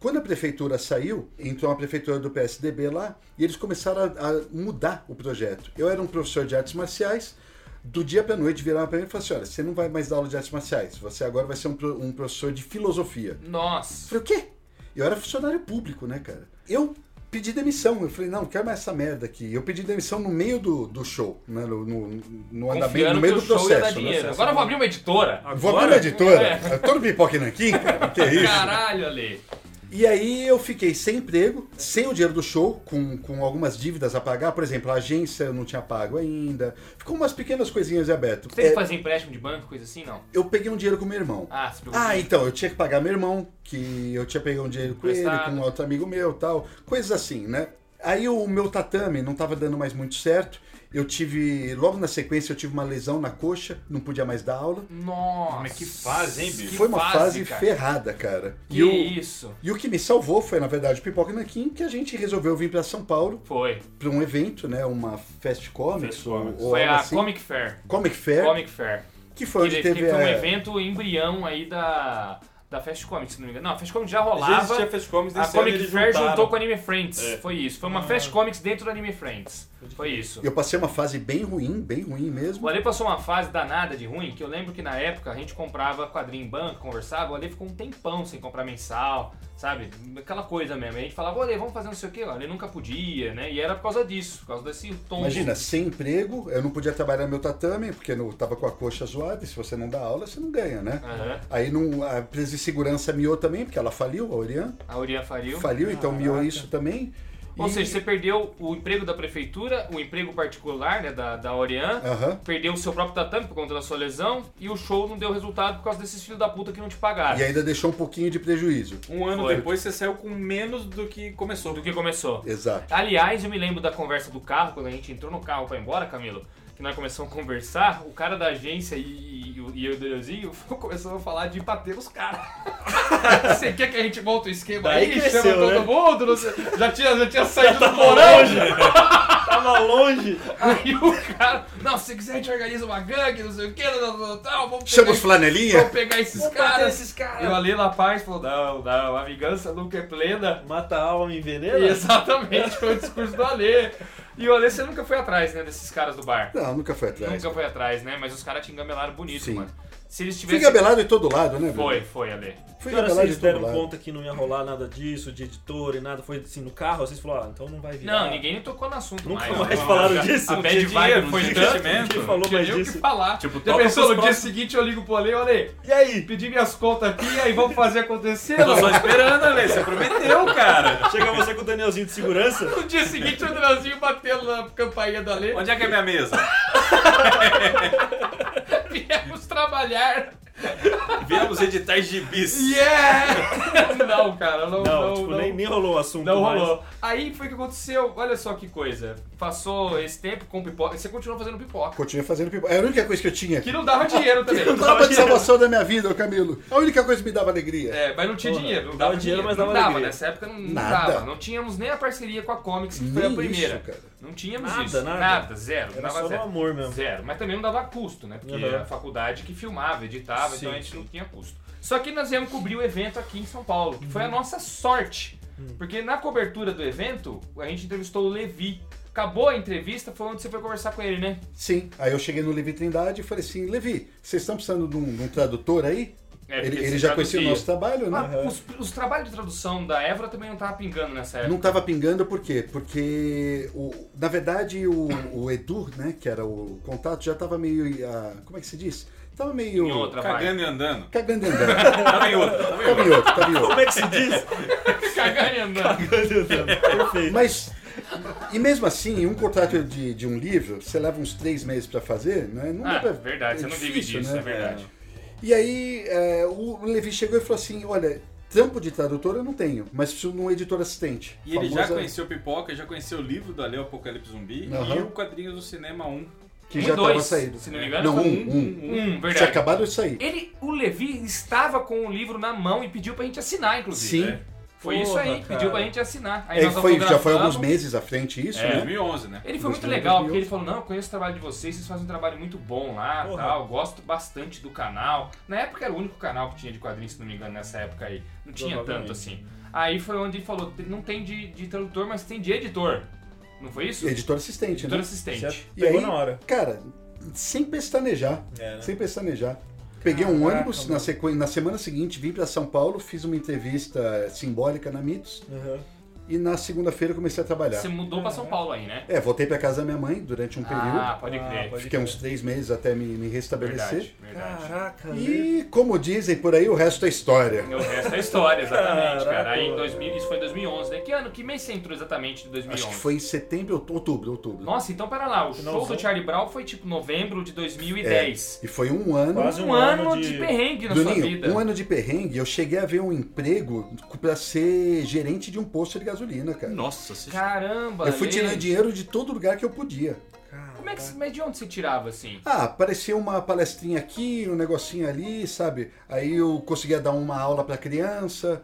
Quando a prefeitura saiu, entrou uma prefeitura do PSDB lá e eles começaram a, a mudar o projeto. Eu era um professor de artes marciais, do dia para noite viraram para mim e falaram assim: olha, você não vai mais dar aula de artes marciais, você agora vai ser um pro- um professor de filosofia. Eu Nossa. Falei, o quê? Eu era funcionário público, né, cara? Eu pedi demissão. Eu falei, não, não quero mais essa merda aqui. Eu pedi demissão no meio do, do show, né? No, no, no andamento, Confiando no que meio o do show ia dar processo. né? dinheiro. Agora eu vou abrir uma editora. Vou abrir uma editora. É. Todo pipoca e nanquim, <laughs> cara. Que é isso? Caralho, Ale. E aí eu fiquei sem emprego, sem o dinheiro do show, com, com algumas dívidas a pagar. Por exemplo, a agência eu não tinha pago ainda. Ficou umas pequenas coisinhas em aberto. Você teve É, que fazer empréstimo de banco, coisa assim, não? eu peguei um dinheiro com meu irmão. Ah, se preocupa. Ah, então, eu tinha que pagar meu irmão, que eu tinha pegado um dinheiro com ele, Emprestado. com um outro amigo meu tal, coisas assim, né? Aí o meu tatame não tava dando mais muito certo. Eu tive, logo na sequência, eu tive uma lesão na coxa, não podia mais dar aula. Nossa. Mas é que fase, hein, bicho? Foi uma fase, cara. ferrada, cara. Que E o, isso. e o que me salvou foi, na verdade, o Pipoca na Kim, que a gente resolveu vir para São Paulo Foi. para um evento, né? Uma Fest Comics, Fest ou, Comics. ou Foi algo a assim. Comic Fair. Comic Fair, Comic Fair. que foi onde que, teve que foi um a- evento embrião aí da, da Fest Comics, se não me engano. Não, a Fest Comics já Já rolava. existia Fast Comics A nesse ano, Comic eles Fair juntaram. <laughs> juntou com o Anime Friends. É. Foi isso. Foi Ah. uma Fest Comics dentro do Anime Friends. Foi isso. Eu passei uma fase bem ruim, bem ruim mesmo. O Ale passou uma fase danada de ruim, que eu lembro que na época a gente comprava quadrinho em banco, conversava, o Ale ficou um tempão sem comprar mensal, sabe? Aquela coisa mesmo. E a gente falava, "Ô, Ale, vamos fazer não sei o quê. O Ale nunca podia, né? E era por causa disso, por causa desse tom. Imagina, sem emprego, eu não podia trabalhar no meu tatame, porque eu tava com a coxa zoada, e se você não dá aula, você não ganha, né? Aham. Aí não, a empresa de segurança miou também, porque ela faliu, a Orion. A Uriah Fariu. Faliu, então miou isso também. Ou E- seja, você perdeu o emprego da prefeitura, o emprego particular, né, da, da Orian, Aham. perdeu o seu próprio tatame por conta da sua lesão e o show não deu resultado por causa desses filhos da puta que não te pagaram. E ainda deixou um pouquinho de prejuízo. Um ano Foi. depois você saiu com menos do que é- começou. Do que começou. Exato. Aliás, eu me lembro da conversa do carro, quando a gente entrou no carro pra ir embora, Camilo, que nós começamos a conversar, o cara da agência e, e, e, o- e eu e o Danielzinho começamos a falar de bater os caras. <laughs> Você quer que a gente monte o esquema Daí aí, cresceu, chama todo né? mundo? não sei- já, tinha, já tá tinha saído do porão. Tava longe. Aí o cara, não, se quiser a gente organiza uma gangue, não sei o que, tal, tal, tal, vamos pegar, Chama os flanelinha? vamos pegar esses caras. E o Alê La Paz falou, não, não, a vingança nunca é plena. Mata a alma, envenena. Exatamente, foi o discurso do Alê. E o Alê, você nunca foi atrás, né, desses caras do bar. Não, nunca foi atrás. Nunca foi atrás, né? Mas os caras te engabelaram bonito, Sim. mano. Se eles Fui tivessem... gabelado em todo lado, né? Bruno? Foi, foi, Alê. Fui Que hora gabelado vocês em todo deram lado. conta que não ia rolar nada disso, de editor e nada? Foi assim, no carro? Vocês falaram, ah, então não vai vir. Não, ninguém nem tocou no assunto Nunca mais. mais Não, falaram a- disso, A não bad tinha vibe dinheiro, não foi tinha tanto, investimento. que <laughs> Ninguém falou tinha mais nem o que disso. falar. Tipo, Já toca pensou, pros no dia próximos. seguinte eu ligo pro Alê, Alê, E aí? pedir minhas contas aqui, aí vamos fazer acontecer. Eu tô só esperando, Ale, você prometeu, cara. Chega você com o Danielzinho de segurança? No dia seguinte, o Andrezinho bateu na campainha da lei. Onde é que é minha mesa? Viemos trabalhar. Viemos editar gibis. Yeah! <laughs> Não, cara, não, Não, não, não, tipo, Nem, nem rolou o assunto não mais. rolou. Aí foi o que aconteceu. Olha só que coisa. Passou esse tempo com pipoca. Você continuou fazendo pipoca. Continuei fazendo pipoca. Era a única coisa que eu tinha. Que não dava dinheiro também. Não dava de salvação da minha vida, ô Camilo. A única coisa que me dava alegria. É, mas não tinha Porra, dinheiro. Não dava dava dinheiro, mas não dava dava. alegria. Nessa época não, não Nada. dava. Não tínhamos nem a parceria com a Comics, que foi Nem a primeira. isso, cara. Não tínhamos Nada, isso. nada. zero. Era dava só no zero. amor mesmo. Zero. Mas também não dava custo, né? Porque Uhum. era a faculdade que filmava, editava, então Sim, a gente não tinha custo. Só que nós viemos cobrir o evento aqui em São Paulo, que foi a nossa sorte. Porque na cobertura do evento, a gente entrevistou o Levi. Acabou a entrevista, foi onde você foi conversar com ele, né? Sim. Aí eu cheguei no Levi Trindade e falei assim, Levi, vocês estão precisando de um, de um tradutor aí? É, ele porque ele você já conhecia o traduzia. nosso trabalho, né? Ah, os, os trabalhos de tradução da Évora também não tava pingando nessa época. <laughs> Não estava pingando por quê? Porque, o, na verdade, o, o Edu, né, que era o contato, já estava meio. ah, como é que se diz? Tava meio. Em outra parte. Cagando e andando. Cagando e andando. Tava em outra, tava em outra. Tava em outro, tava em outro. Como é que se <laughs> diz? Cagando né? e andando. Meu Deus, perfeito. Mas, e mesmo assim, um contrato de, de um livro, você leva uns três meses para fazer, né? Não Ah, dá pra, né? verdade, você não divide isso, é verdade. E aí, é, o Levi chegou e falou assim: olha, trampo de tradutor eu não tenho, mas preciso de um editor assistente. E ele já Famosa- conheceu Pipoca, já conheceu o livro do Ale, o Apocalipse Zumbi, Aham. e o quadrinho do Cinema 1. Que Um e já estava dois, saído. se não me engano, Não, foi Um, um, um. um, um. Hum, Tinha verdade. acabado de sair. Ele, o Levi estava com o livro na mão e pediu pra gente assinar, inclusive. Sim. né? Foi isso Porra, aí, cara. pediu pra gente assinar. Aí É, nós foi, já foi autografamos. alguns meses à frente isso, É. né? 2011, né? Ele foi muito 2000, legal, porque 2000. ele falou, não, eu conheço o trabalho de vocês, vocês fazem um trabalho muito bom lá, Porra. tal, gosto bastante do canal. Na época era o único canal que tinha de quadrinhos, se não me engano, nessa época aí. Não tinha Provavelmente. tanto assim. Aí foi onde ele falou, não tem de, de tradutor, mas tem de editor. Não foi isso? Editor assistente, Editor né? assistente. Já E pegou aí- na hora. Cara, sem pestanejar. É, né? Sem pestanejar. Peguei um Caraca, ônibus na, mano. sequ... na semana seguinte, vim pra São Paulo, fiz uma entrevista simbólica na Mitos Uhum. e na segunda-feira comecei a trabalhar. Você mudou pra São Paulo aí, né? É, voltei pra casa da minha mãe durante um período, Ah, pode Ah, crer. pode fiquei uns três meses até me, me restabelecer. Verdade, verdade. Caraca, e... E como dizem por aí, o resto é história. O resto é história, exatamente, Caraca, cara. Aí em mano. 2000, isso foi em 2011, né? Que ano? Que mês você entrou exatamente de 2011? Acho que foi em setembro, out- outubro, outubro. Nossa, então pera lá, o show Finalzão. do Charlie Brown foi tipo novembro de 2010. E foi um ano. Quase Um, um ano, ano de... de perrengue na sua vida. Bruninho, um ano de perrengue, eu cheguei a ver um emprego pra ser gerente de um posto de gasolina, cara. Nossa, você Caramba, Eu fui Lê. tirando dinheiro de todo lugar que eu podia. Como é que, você- mas de onde você tirava assim? Ah, aparecia uma palestrinha aqui, um negocinho ali, sabe? Aí eu conseguia dar uma aula pra criança.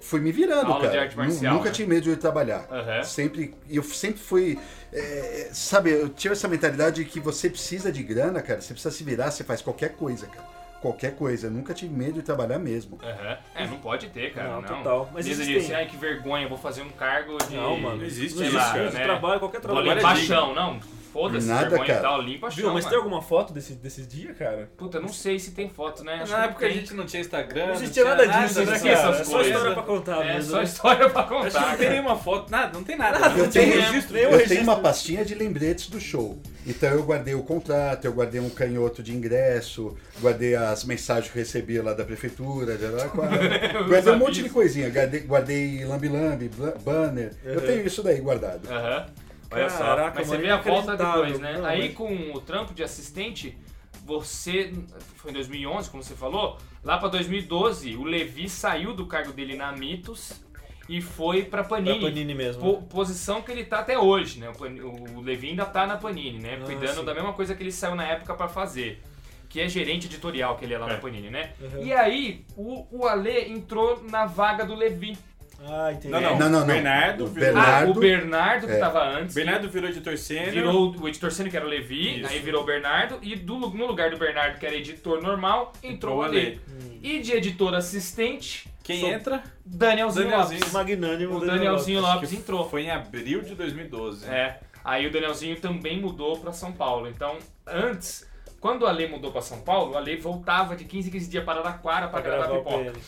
Fui me virando, Aula cara. de arte Nu- marcial, Nunca né? tive medo de trabalhar. Aham. Sempre, eu sempre fui, é, é, sabe, eu tive essa mentalidade que você precisa de grana, cara. Você precisa se virar, você faz qualquer coisa, cara. Qualquer coisa. Eu nunca tive medo de trabalhar mesmo. Aham. É, não pode ter, cara. Não, Não, total. Mas Mesa de existem- assim, ai que vergonha, vou fazer um cargo de. Não, mano. Não existe Não isso, existe né? Trabalho, qualquer Vou trabalho. limpar é baixo. chão, não. Foda-se, Nada, vergonha e cara. tal, limpa a Viu, chama. mas tem um- alguma foto desse, desses dias, cara? Puta, não sei se tem foto, né? Acho Na que época a tem. gente não tinha Instagram. Não existia nada disso, não né, tinha cara? essas É só coisas. história pra contar É mesmo. só né? história pra Acho que não contar, tem cara. nenhuma foto, nada, não tem nada. Não Eu tem tenho- registro. nem o eu tenho registro. uma pastinha de lembretes do show. Então eu guardei o contrato, eu guardei um canhoto de ingresso, guardei as mensagens que eu recebia lá da prefeitura, de <laughs> Araraquara. guardei um sabia monte de isso. coisinha, guardei, guardei lambi-lambi, bla- banner. Eu Uhum. tenho isso daí guardado. Aham. Olha só. Caraca, mas você mano, vê a volta inacreditável. depois, né? Não, Aí mas- com o trampo de assistente, você. Foi em 2011, como você falou. Lá pra 2012, o Levi saiu do cargo dele na Mitos e foi pra Panini. É Pra Panini mesmo. Po- posição que ele tá até hoje, né? O, Pan- o Levi ainda tá na Panini, né? Ah, Cuidando sim. da mesma coisa que ele saiu na época pra fazer. Que é gerente editorial que ele é lá na Panini, né? Uhum. E aí, o, o Ale entrou na vaga do Levi. Ah, entendi. Não, não. Não, não, não. Bernardo O virou. Bernardo. Ah, o Bernardo, que é. tava antes. Bernardo virou editor sênior. Virou o editor sênior, que era o Levi, aí virou o Bernardo, e do, no lugar do Bernardo, que era editor normal, entrou o Entrou o Ale. E de editor assistente, Quem sou- entra Danielzinho, Danielzinho. Lopes. Magnânimo O Danielzinho Lopes. Lopes entrou. foi em abril de 2012. É. Aí o Danielzinho também mudou pra São Paulo. Então, antes, quando o Ale mudou pra São Paulo, o Ale voltava de 15 em 15 dias para Araraquara pra Pra gravar gravar o pipoca. PL.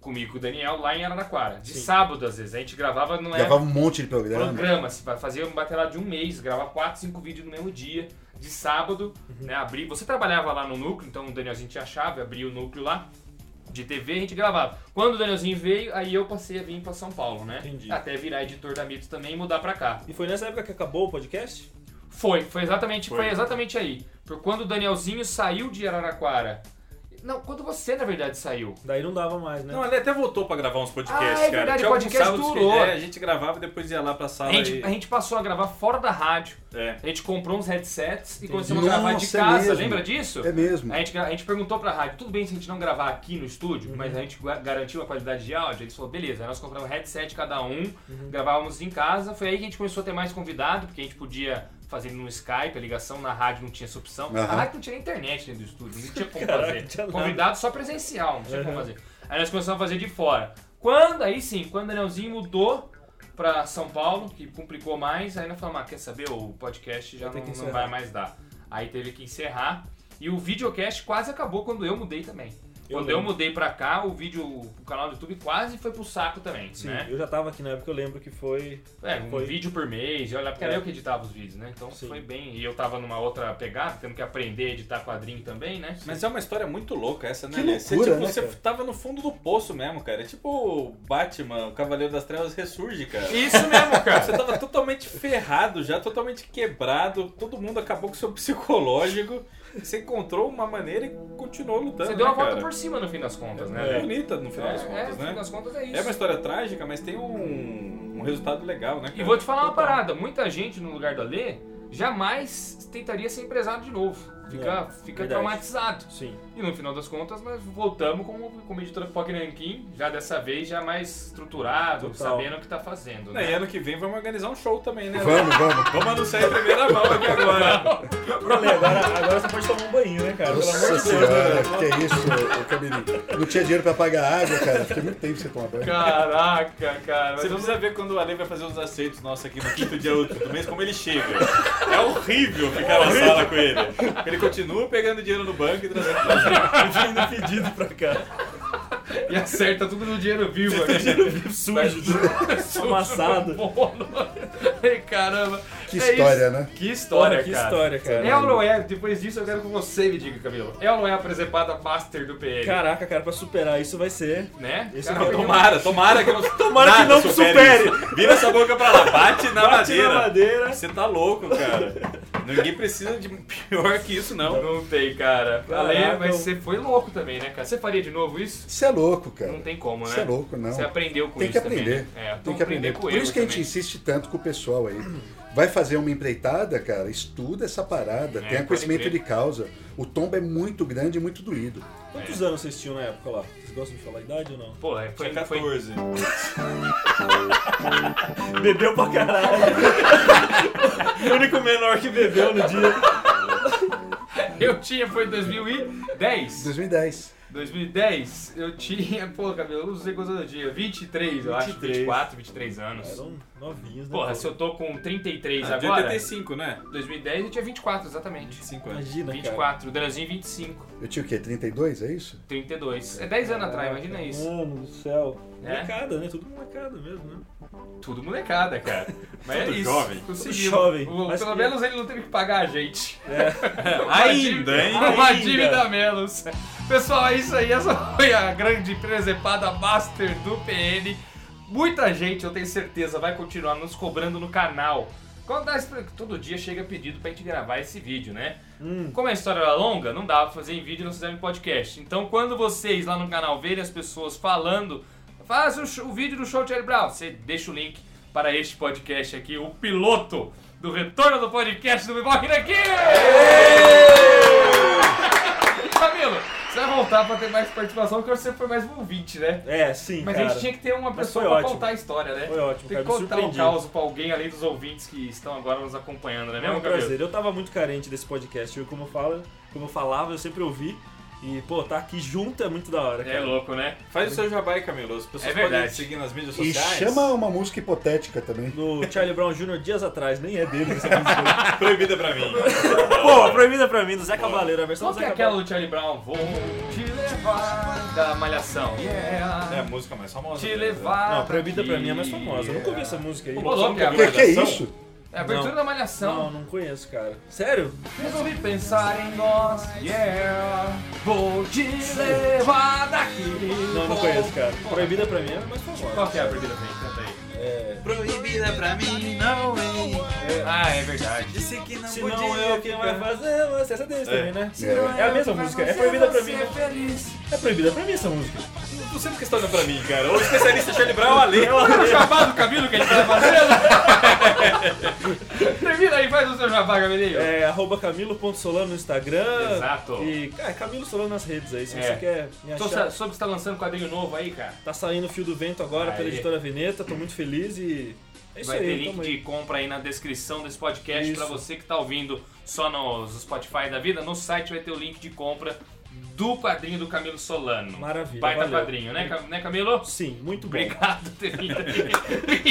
Comigo e o Daniel lá em Araraquara. De sábado, às vezes. A gente gravava, não era Gravava um monte de programa. programa, se vai fazer uma batelada de um mês, gravar 4, 5 vídeos no mesmo dia, de sábado, Uhum. né? Abrir. Você trabalhava lá no núcleo, então o Danielzinho tinha a chave, abria o núcleo lá de TV, a gente gravava. Quando o Danielzinho veio, aí eu passei a vir pra São Paulo, né? Entendi. Até virar editor da Mitos também e mudar pra cá. E foi nessa época que acabou o podcast? Foi, foi exatamente, foi. Foi. exatamente aí. Por quando o Danielzinho saiu de Araraquara. Não, quando você na verdade saiu. Daí não dava mais, né? é, Não, ele até voltou pra gravar uns podcasts, Ah, é cara. verdade, Tinha alguns podcast sábados que- durou. é, a gente gravava e depois ia lá pra A sala gente, e... a gente passou a gravar fora da rádio. É. A gente comprou uns headsets e começamos a gravar de Nossa, é casa, mesmo. lembra disso? É mesmo. A gente, gra- a gente perguntou pra rádio, tudo bem se a gente não gravar aqui no estúdio, mas a gente gua- garantiu a qualidade de áudio? Eles falaram, beleza. Aí nós compramos headset cada um, Uhum. gravávamos em casa. Foi aí que a gente começou a ter mais convidado, porque a gente podia fazer no Skype, a ligação na rádio não tinha essa opção. Aham. A rádio não tinha internet dentro do estúdio, não tinha como <laughs> Caraca, fazer. não tinha nada. convidado só presencial, não tinha como Aham. fazer. Aí nós começamos a fazer de fora. Quando, aí sim, quando o Danielzinho mudou pra São Paulo, que complicou mais, aí nós falamos, ah, quer saber, o podcast já Vai ter não, que não encerrar. vai mais dar. Aí teve que encerrar. E o videocast quase acabou quando eu mudei também. Eu quando eu lembro. mudei pra cá, o vídeo, o canal do YouTube quase foi pro saco também, Sim, né? eu já tava aqui na época, eu lembro que foi. É, um Foi. vídeo por mês, e olha, porque era É. eu que editava os vídeos, né? Então Sim. foi bem. E eu tava numa outra pegada, tendo que aprender a editar quadrinho também, né? Mas é uma história muito louca essa, né? Que Lê? você, loucura, tipo, né, você cara? tava no fundo do poço mesmo, cara. É tipo o Batman, o Cavaleiro das Trevas ressurge, cara. Isso mesmo, Você cara. tava totalmente ferrado já, totalmente quebrado, todo mundo acabou com o seu psicológico. Você encontrou uma maneira e continuou lutando. Você deu né, uma volta cara? por cima no fim das contas, né? É bonita no final É, das é, contas, no fim né? das contas é isso. É uma história trágica, mas tem um, um resultado legal, né? Cara? E vou te falar uma parada, muita gente no lugar do Alê jamais tentaria ser empresário de novo. Fica, É, fica verdade. traumatizado. Sim. E no final das contas, nós voltamos com, com o editor Pock Nankin, já dessa vez já mais estruturado, Total. sabendo o que tá fazendo. E Né? ano que vem vamos organizar um show também, né? Vamos, vamos. Vamos anunciar em primeira mão aqui agora. Ale, agora, agora você pode tomar um banho, né, cara? Pelo amor Nossa de Deus. né? senhora, que é isso, ô Cabelinho? Não tinha dinheiro pra pagar água, cara. Fiquei muito tempo sem tomar banho. Caraca, cara. mas Você eu- precisa ver quando o Ale vai fazer os aceitos nossos aqui no quinto dia útil do mês, como ele chega. É horrível ficar na sala com ele. Ele continua pegando dinheiro no banco e trazendo pra gente. <laughs> Vindo né? pedido pra cá. E acerta tudo no dinheiro vivo aqui. Sujo, amassado. Bolo. Ei, Caramba. Que É história, isso. né? Que história, que cara. história, cara. É ou não é? Depois disso eu quero que você me diga, Camilo. É ou não é a presepada master do PL? Caraca, cara, pra superar isso vai ser. né? Esse Cara, é eu- o Tomara, tomara que não Tomara que não supere. isso. Vira essa boca pra lá, bate na Bate madeira. na madeira. Você tá louco, cara. Ninguém precisa de pior que isso, não. Não tem, cara. Ale, Caraca, mas eu- você foi louco também, né, cara? Você faria de novo isso? Isso é louco, cara. Não tem como, né? Isso é louco, não. Você aprendeu com Tem que isso aprender. também. né? É, Tem que aprender. com Por erro isso que a gente também. insiste tanto com o pessoal aí. Vai fazer uma empreitada, cara, estuda essa parada, É, tenha pode conhecimento crer. de causa. O tombo é muito grande e muito doído. Quantos anos vocês tinham na época lá? Vocês gostam de falar a idade ou não? Pô, é, foi, foi, <laughs> Bebeu pra caralho. <laughs> o único menor que bebeu no dia. Eu tinha, foi 2010. 2010. 2010, eu tinha, <laughs> pô, cabelo, eu não sei quantos eu tinha, 23, eu acho, 23. 24, 23 É anos. Eram novinhos, né? Porra, se eu tô com 33 Ah, de agora, 85, né? 2010 eu tinha 24, exatamente. 5 anos. Imagina, cara. 24, o Dranzinho 25, Eu tinha o quê? 32, é isso? 32. É 10 anos atrás, imagina isso. Mano do céu. É. Molecada, né? Tudo molecada mesmo, né? Tudo molecada, cara. <laughs> Mas é Tudo isso. jovem. Conseguimos. Tudo jovem. O- Mas pelo que- menos ele não teve que pagar a gente. É, Ainda, hein? Uma Ainda. dívida a menos. Pessoal, é isso aí. Essa foi a grande presepada master do PN. Muita gente, eu tenho certeza, vai continuar nos cobrando no canal. Quando dá, esse- todo dia chega pedido pra gente gravar esse vídeo, né? Hum. Como a história era longa, não dava pra fazer em vídeo, nós fizemos em podcast. Então, quando vocês lá no canal verem as pessoas falando, faz o, show- o vídeo do show Charlie Brown, você deixa o link para este podcast aqui, o piloto do retorno do podcast do Biboque daqui! Camilo, você vai voltar pra ter mais participação, porque você foi mais um ouvinte, né? É, sim, Mas cara. a gente tinha que ter uma mas pessoa foi pra ótimo. contar a história, né? Foi ótimo, Tem que cara, me contar o surpreendi. caos pra alguém além dos ouvintes que estão agora nos acompanhando, não é É mesmo, um Camilo? prazer. Eu tava muito carente desse podcast. Eu, como, fala, como eu falava, eu sempre ouvi. E, pô, tá aqui junto é muito da hora, cara. É louco, né? Faz o seu jabá aí, Camilo. As É pessoas podem verdade. te seguir nas mídias E sociais. chama uma música hipotética também. No Charlie Brown Jr. dias atrás, nem é dele essa <laughs> música. Proibida pra mim. <laughs> Pô, proibida pra mim, do Zé Cavaleiro, a versão Qual do que é Zé aquela Cavaleiro. do Charlie Brown? Vou te levar da Malhação. É a Yeah. música mais famosa. Te deles, levar. Não, proibida pra mim é mais famosa. Eu nunca ouvi Yeah. essa música aí. Ô, louco, nunca é a ouviu Que que é Malhação? isso? É a abertura Não. da Malhação. Não, não conheço, cara. Sério? Resolvi pensar em nós, yeah. Vou te levar daqui. Não, não conheço, cara. Proibida pra mim é mais famosa. Qual que é a primeira vez? Canta aí. É. Proibida pra mim, não é. Ah, é verdade. Disse que não Se podia não é eu quem vai ficar. fazer você. Essa é deles também, né? É. É a mesma música. É proibida pra mim. né? Feliz. É proibida pra mim essa música. Não sei porque você tá olhando pra mim, cara. O especialista Charlie Brown ali. O jabá do Camilo que a gente tá <laughs> fazendo. Termina aí, faz o seu jabá, Camilinho. É arroba camilo.solano no Instagram. Exato. E, cara, Camilo Solano nas redes aí, se É. você quer me Tô achar. sa- soube que você tá lançando quadrinho novo aí, cara. Tá saindo o Fio do Vento agora pela Aí. editora Veneta, tô muito feliz e. É isso Vai ter aí, link tamo de aí. compra aí na descrição desse podcast Isso. pra você que tá ouvindo só no Spotify da vida. No site vai ter o link de compra do quadrinho do Camilo Solano. Maravilha, Baita valeu. quadrinho, né, Cam- né, Camilo? <laughs> Sim, muito bom. Obrigado por ter vindo aqui. <laughs> Eu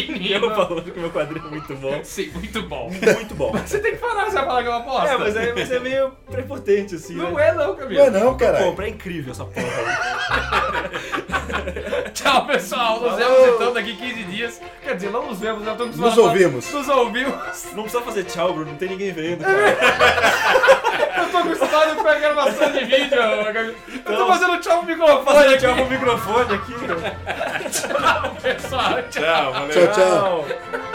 Menino. falando que meu quadrinho é muito bom. <laughs> Sim, muito bom. Muito bom. Você tem que parar, você vai falar que é uma bosta. É, mas é, mas é meio prepotente, assim. Não né? é não, Camilo. Não é não, caralho. Compra, é incrível essa porra aí. Tchau, pessoal. Nos vemos então daqui 15 dias. Quer dizer, não nos vemos, né? já estamos Nos ouvimos. Nos ouvimos. Não precisa fazer tchau, Bruno, não tem ninguém vendo, É. cara. Eu tô acostumado com a gravação de vídeo. Camilo. Eu tô Então- fazendo tchau pro microfone Olha, aqui. tchau pro microfone aqui, meu. Pessoal, <laughs> tchau. Tchau, valeu. Tchau, tchau. Tchau.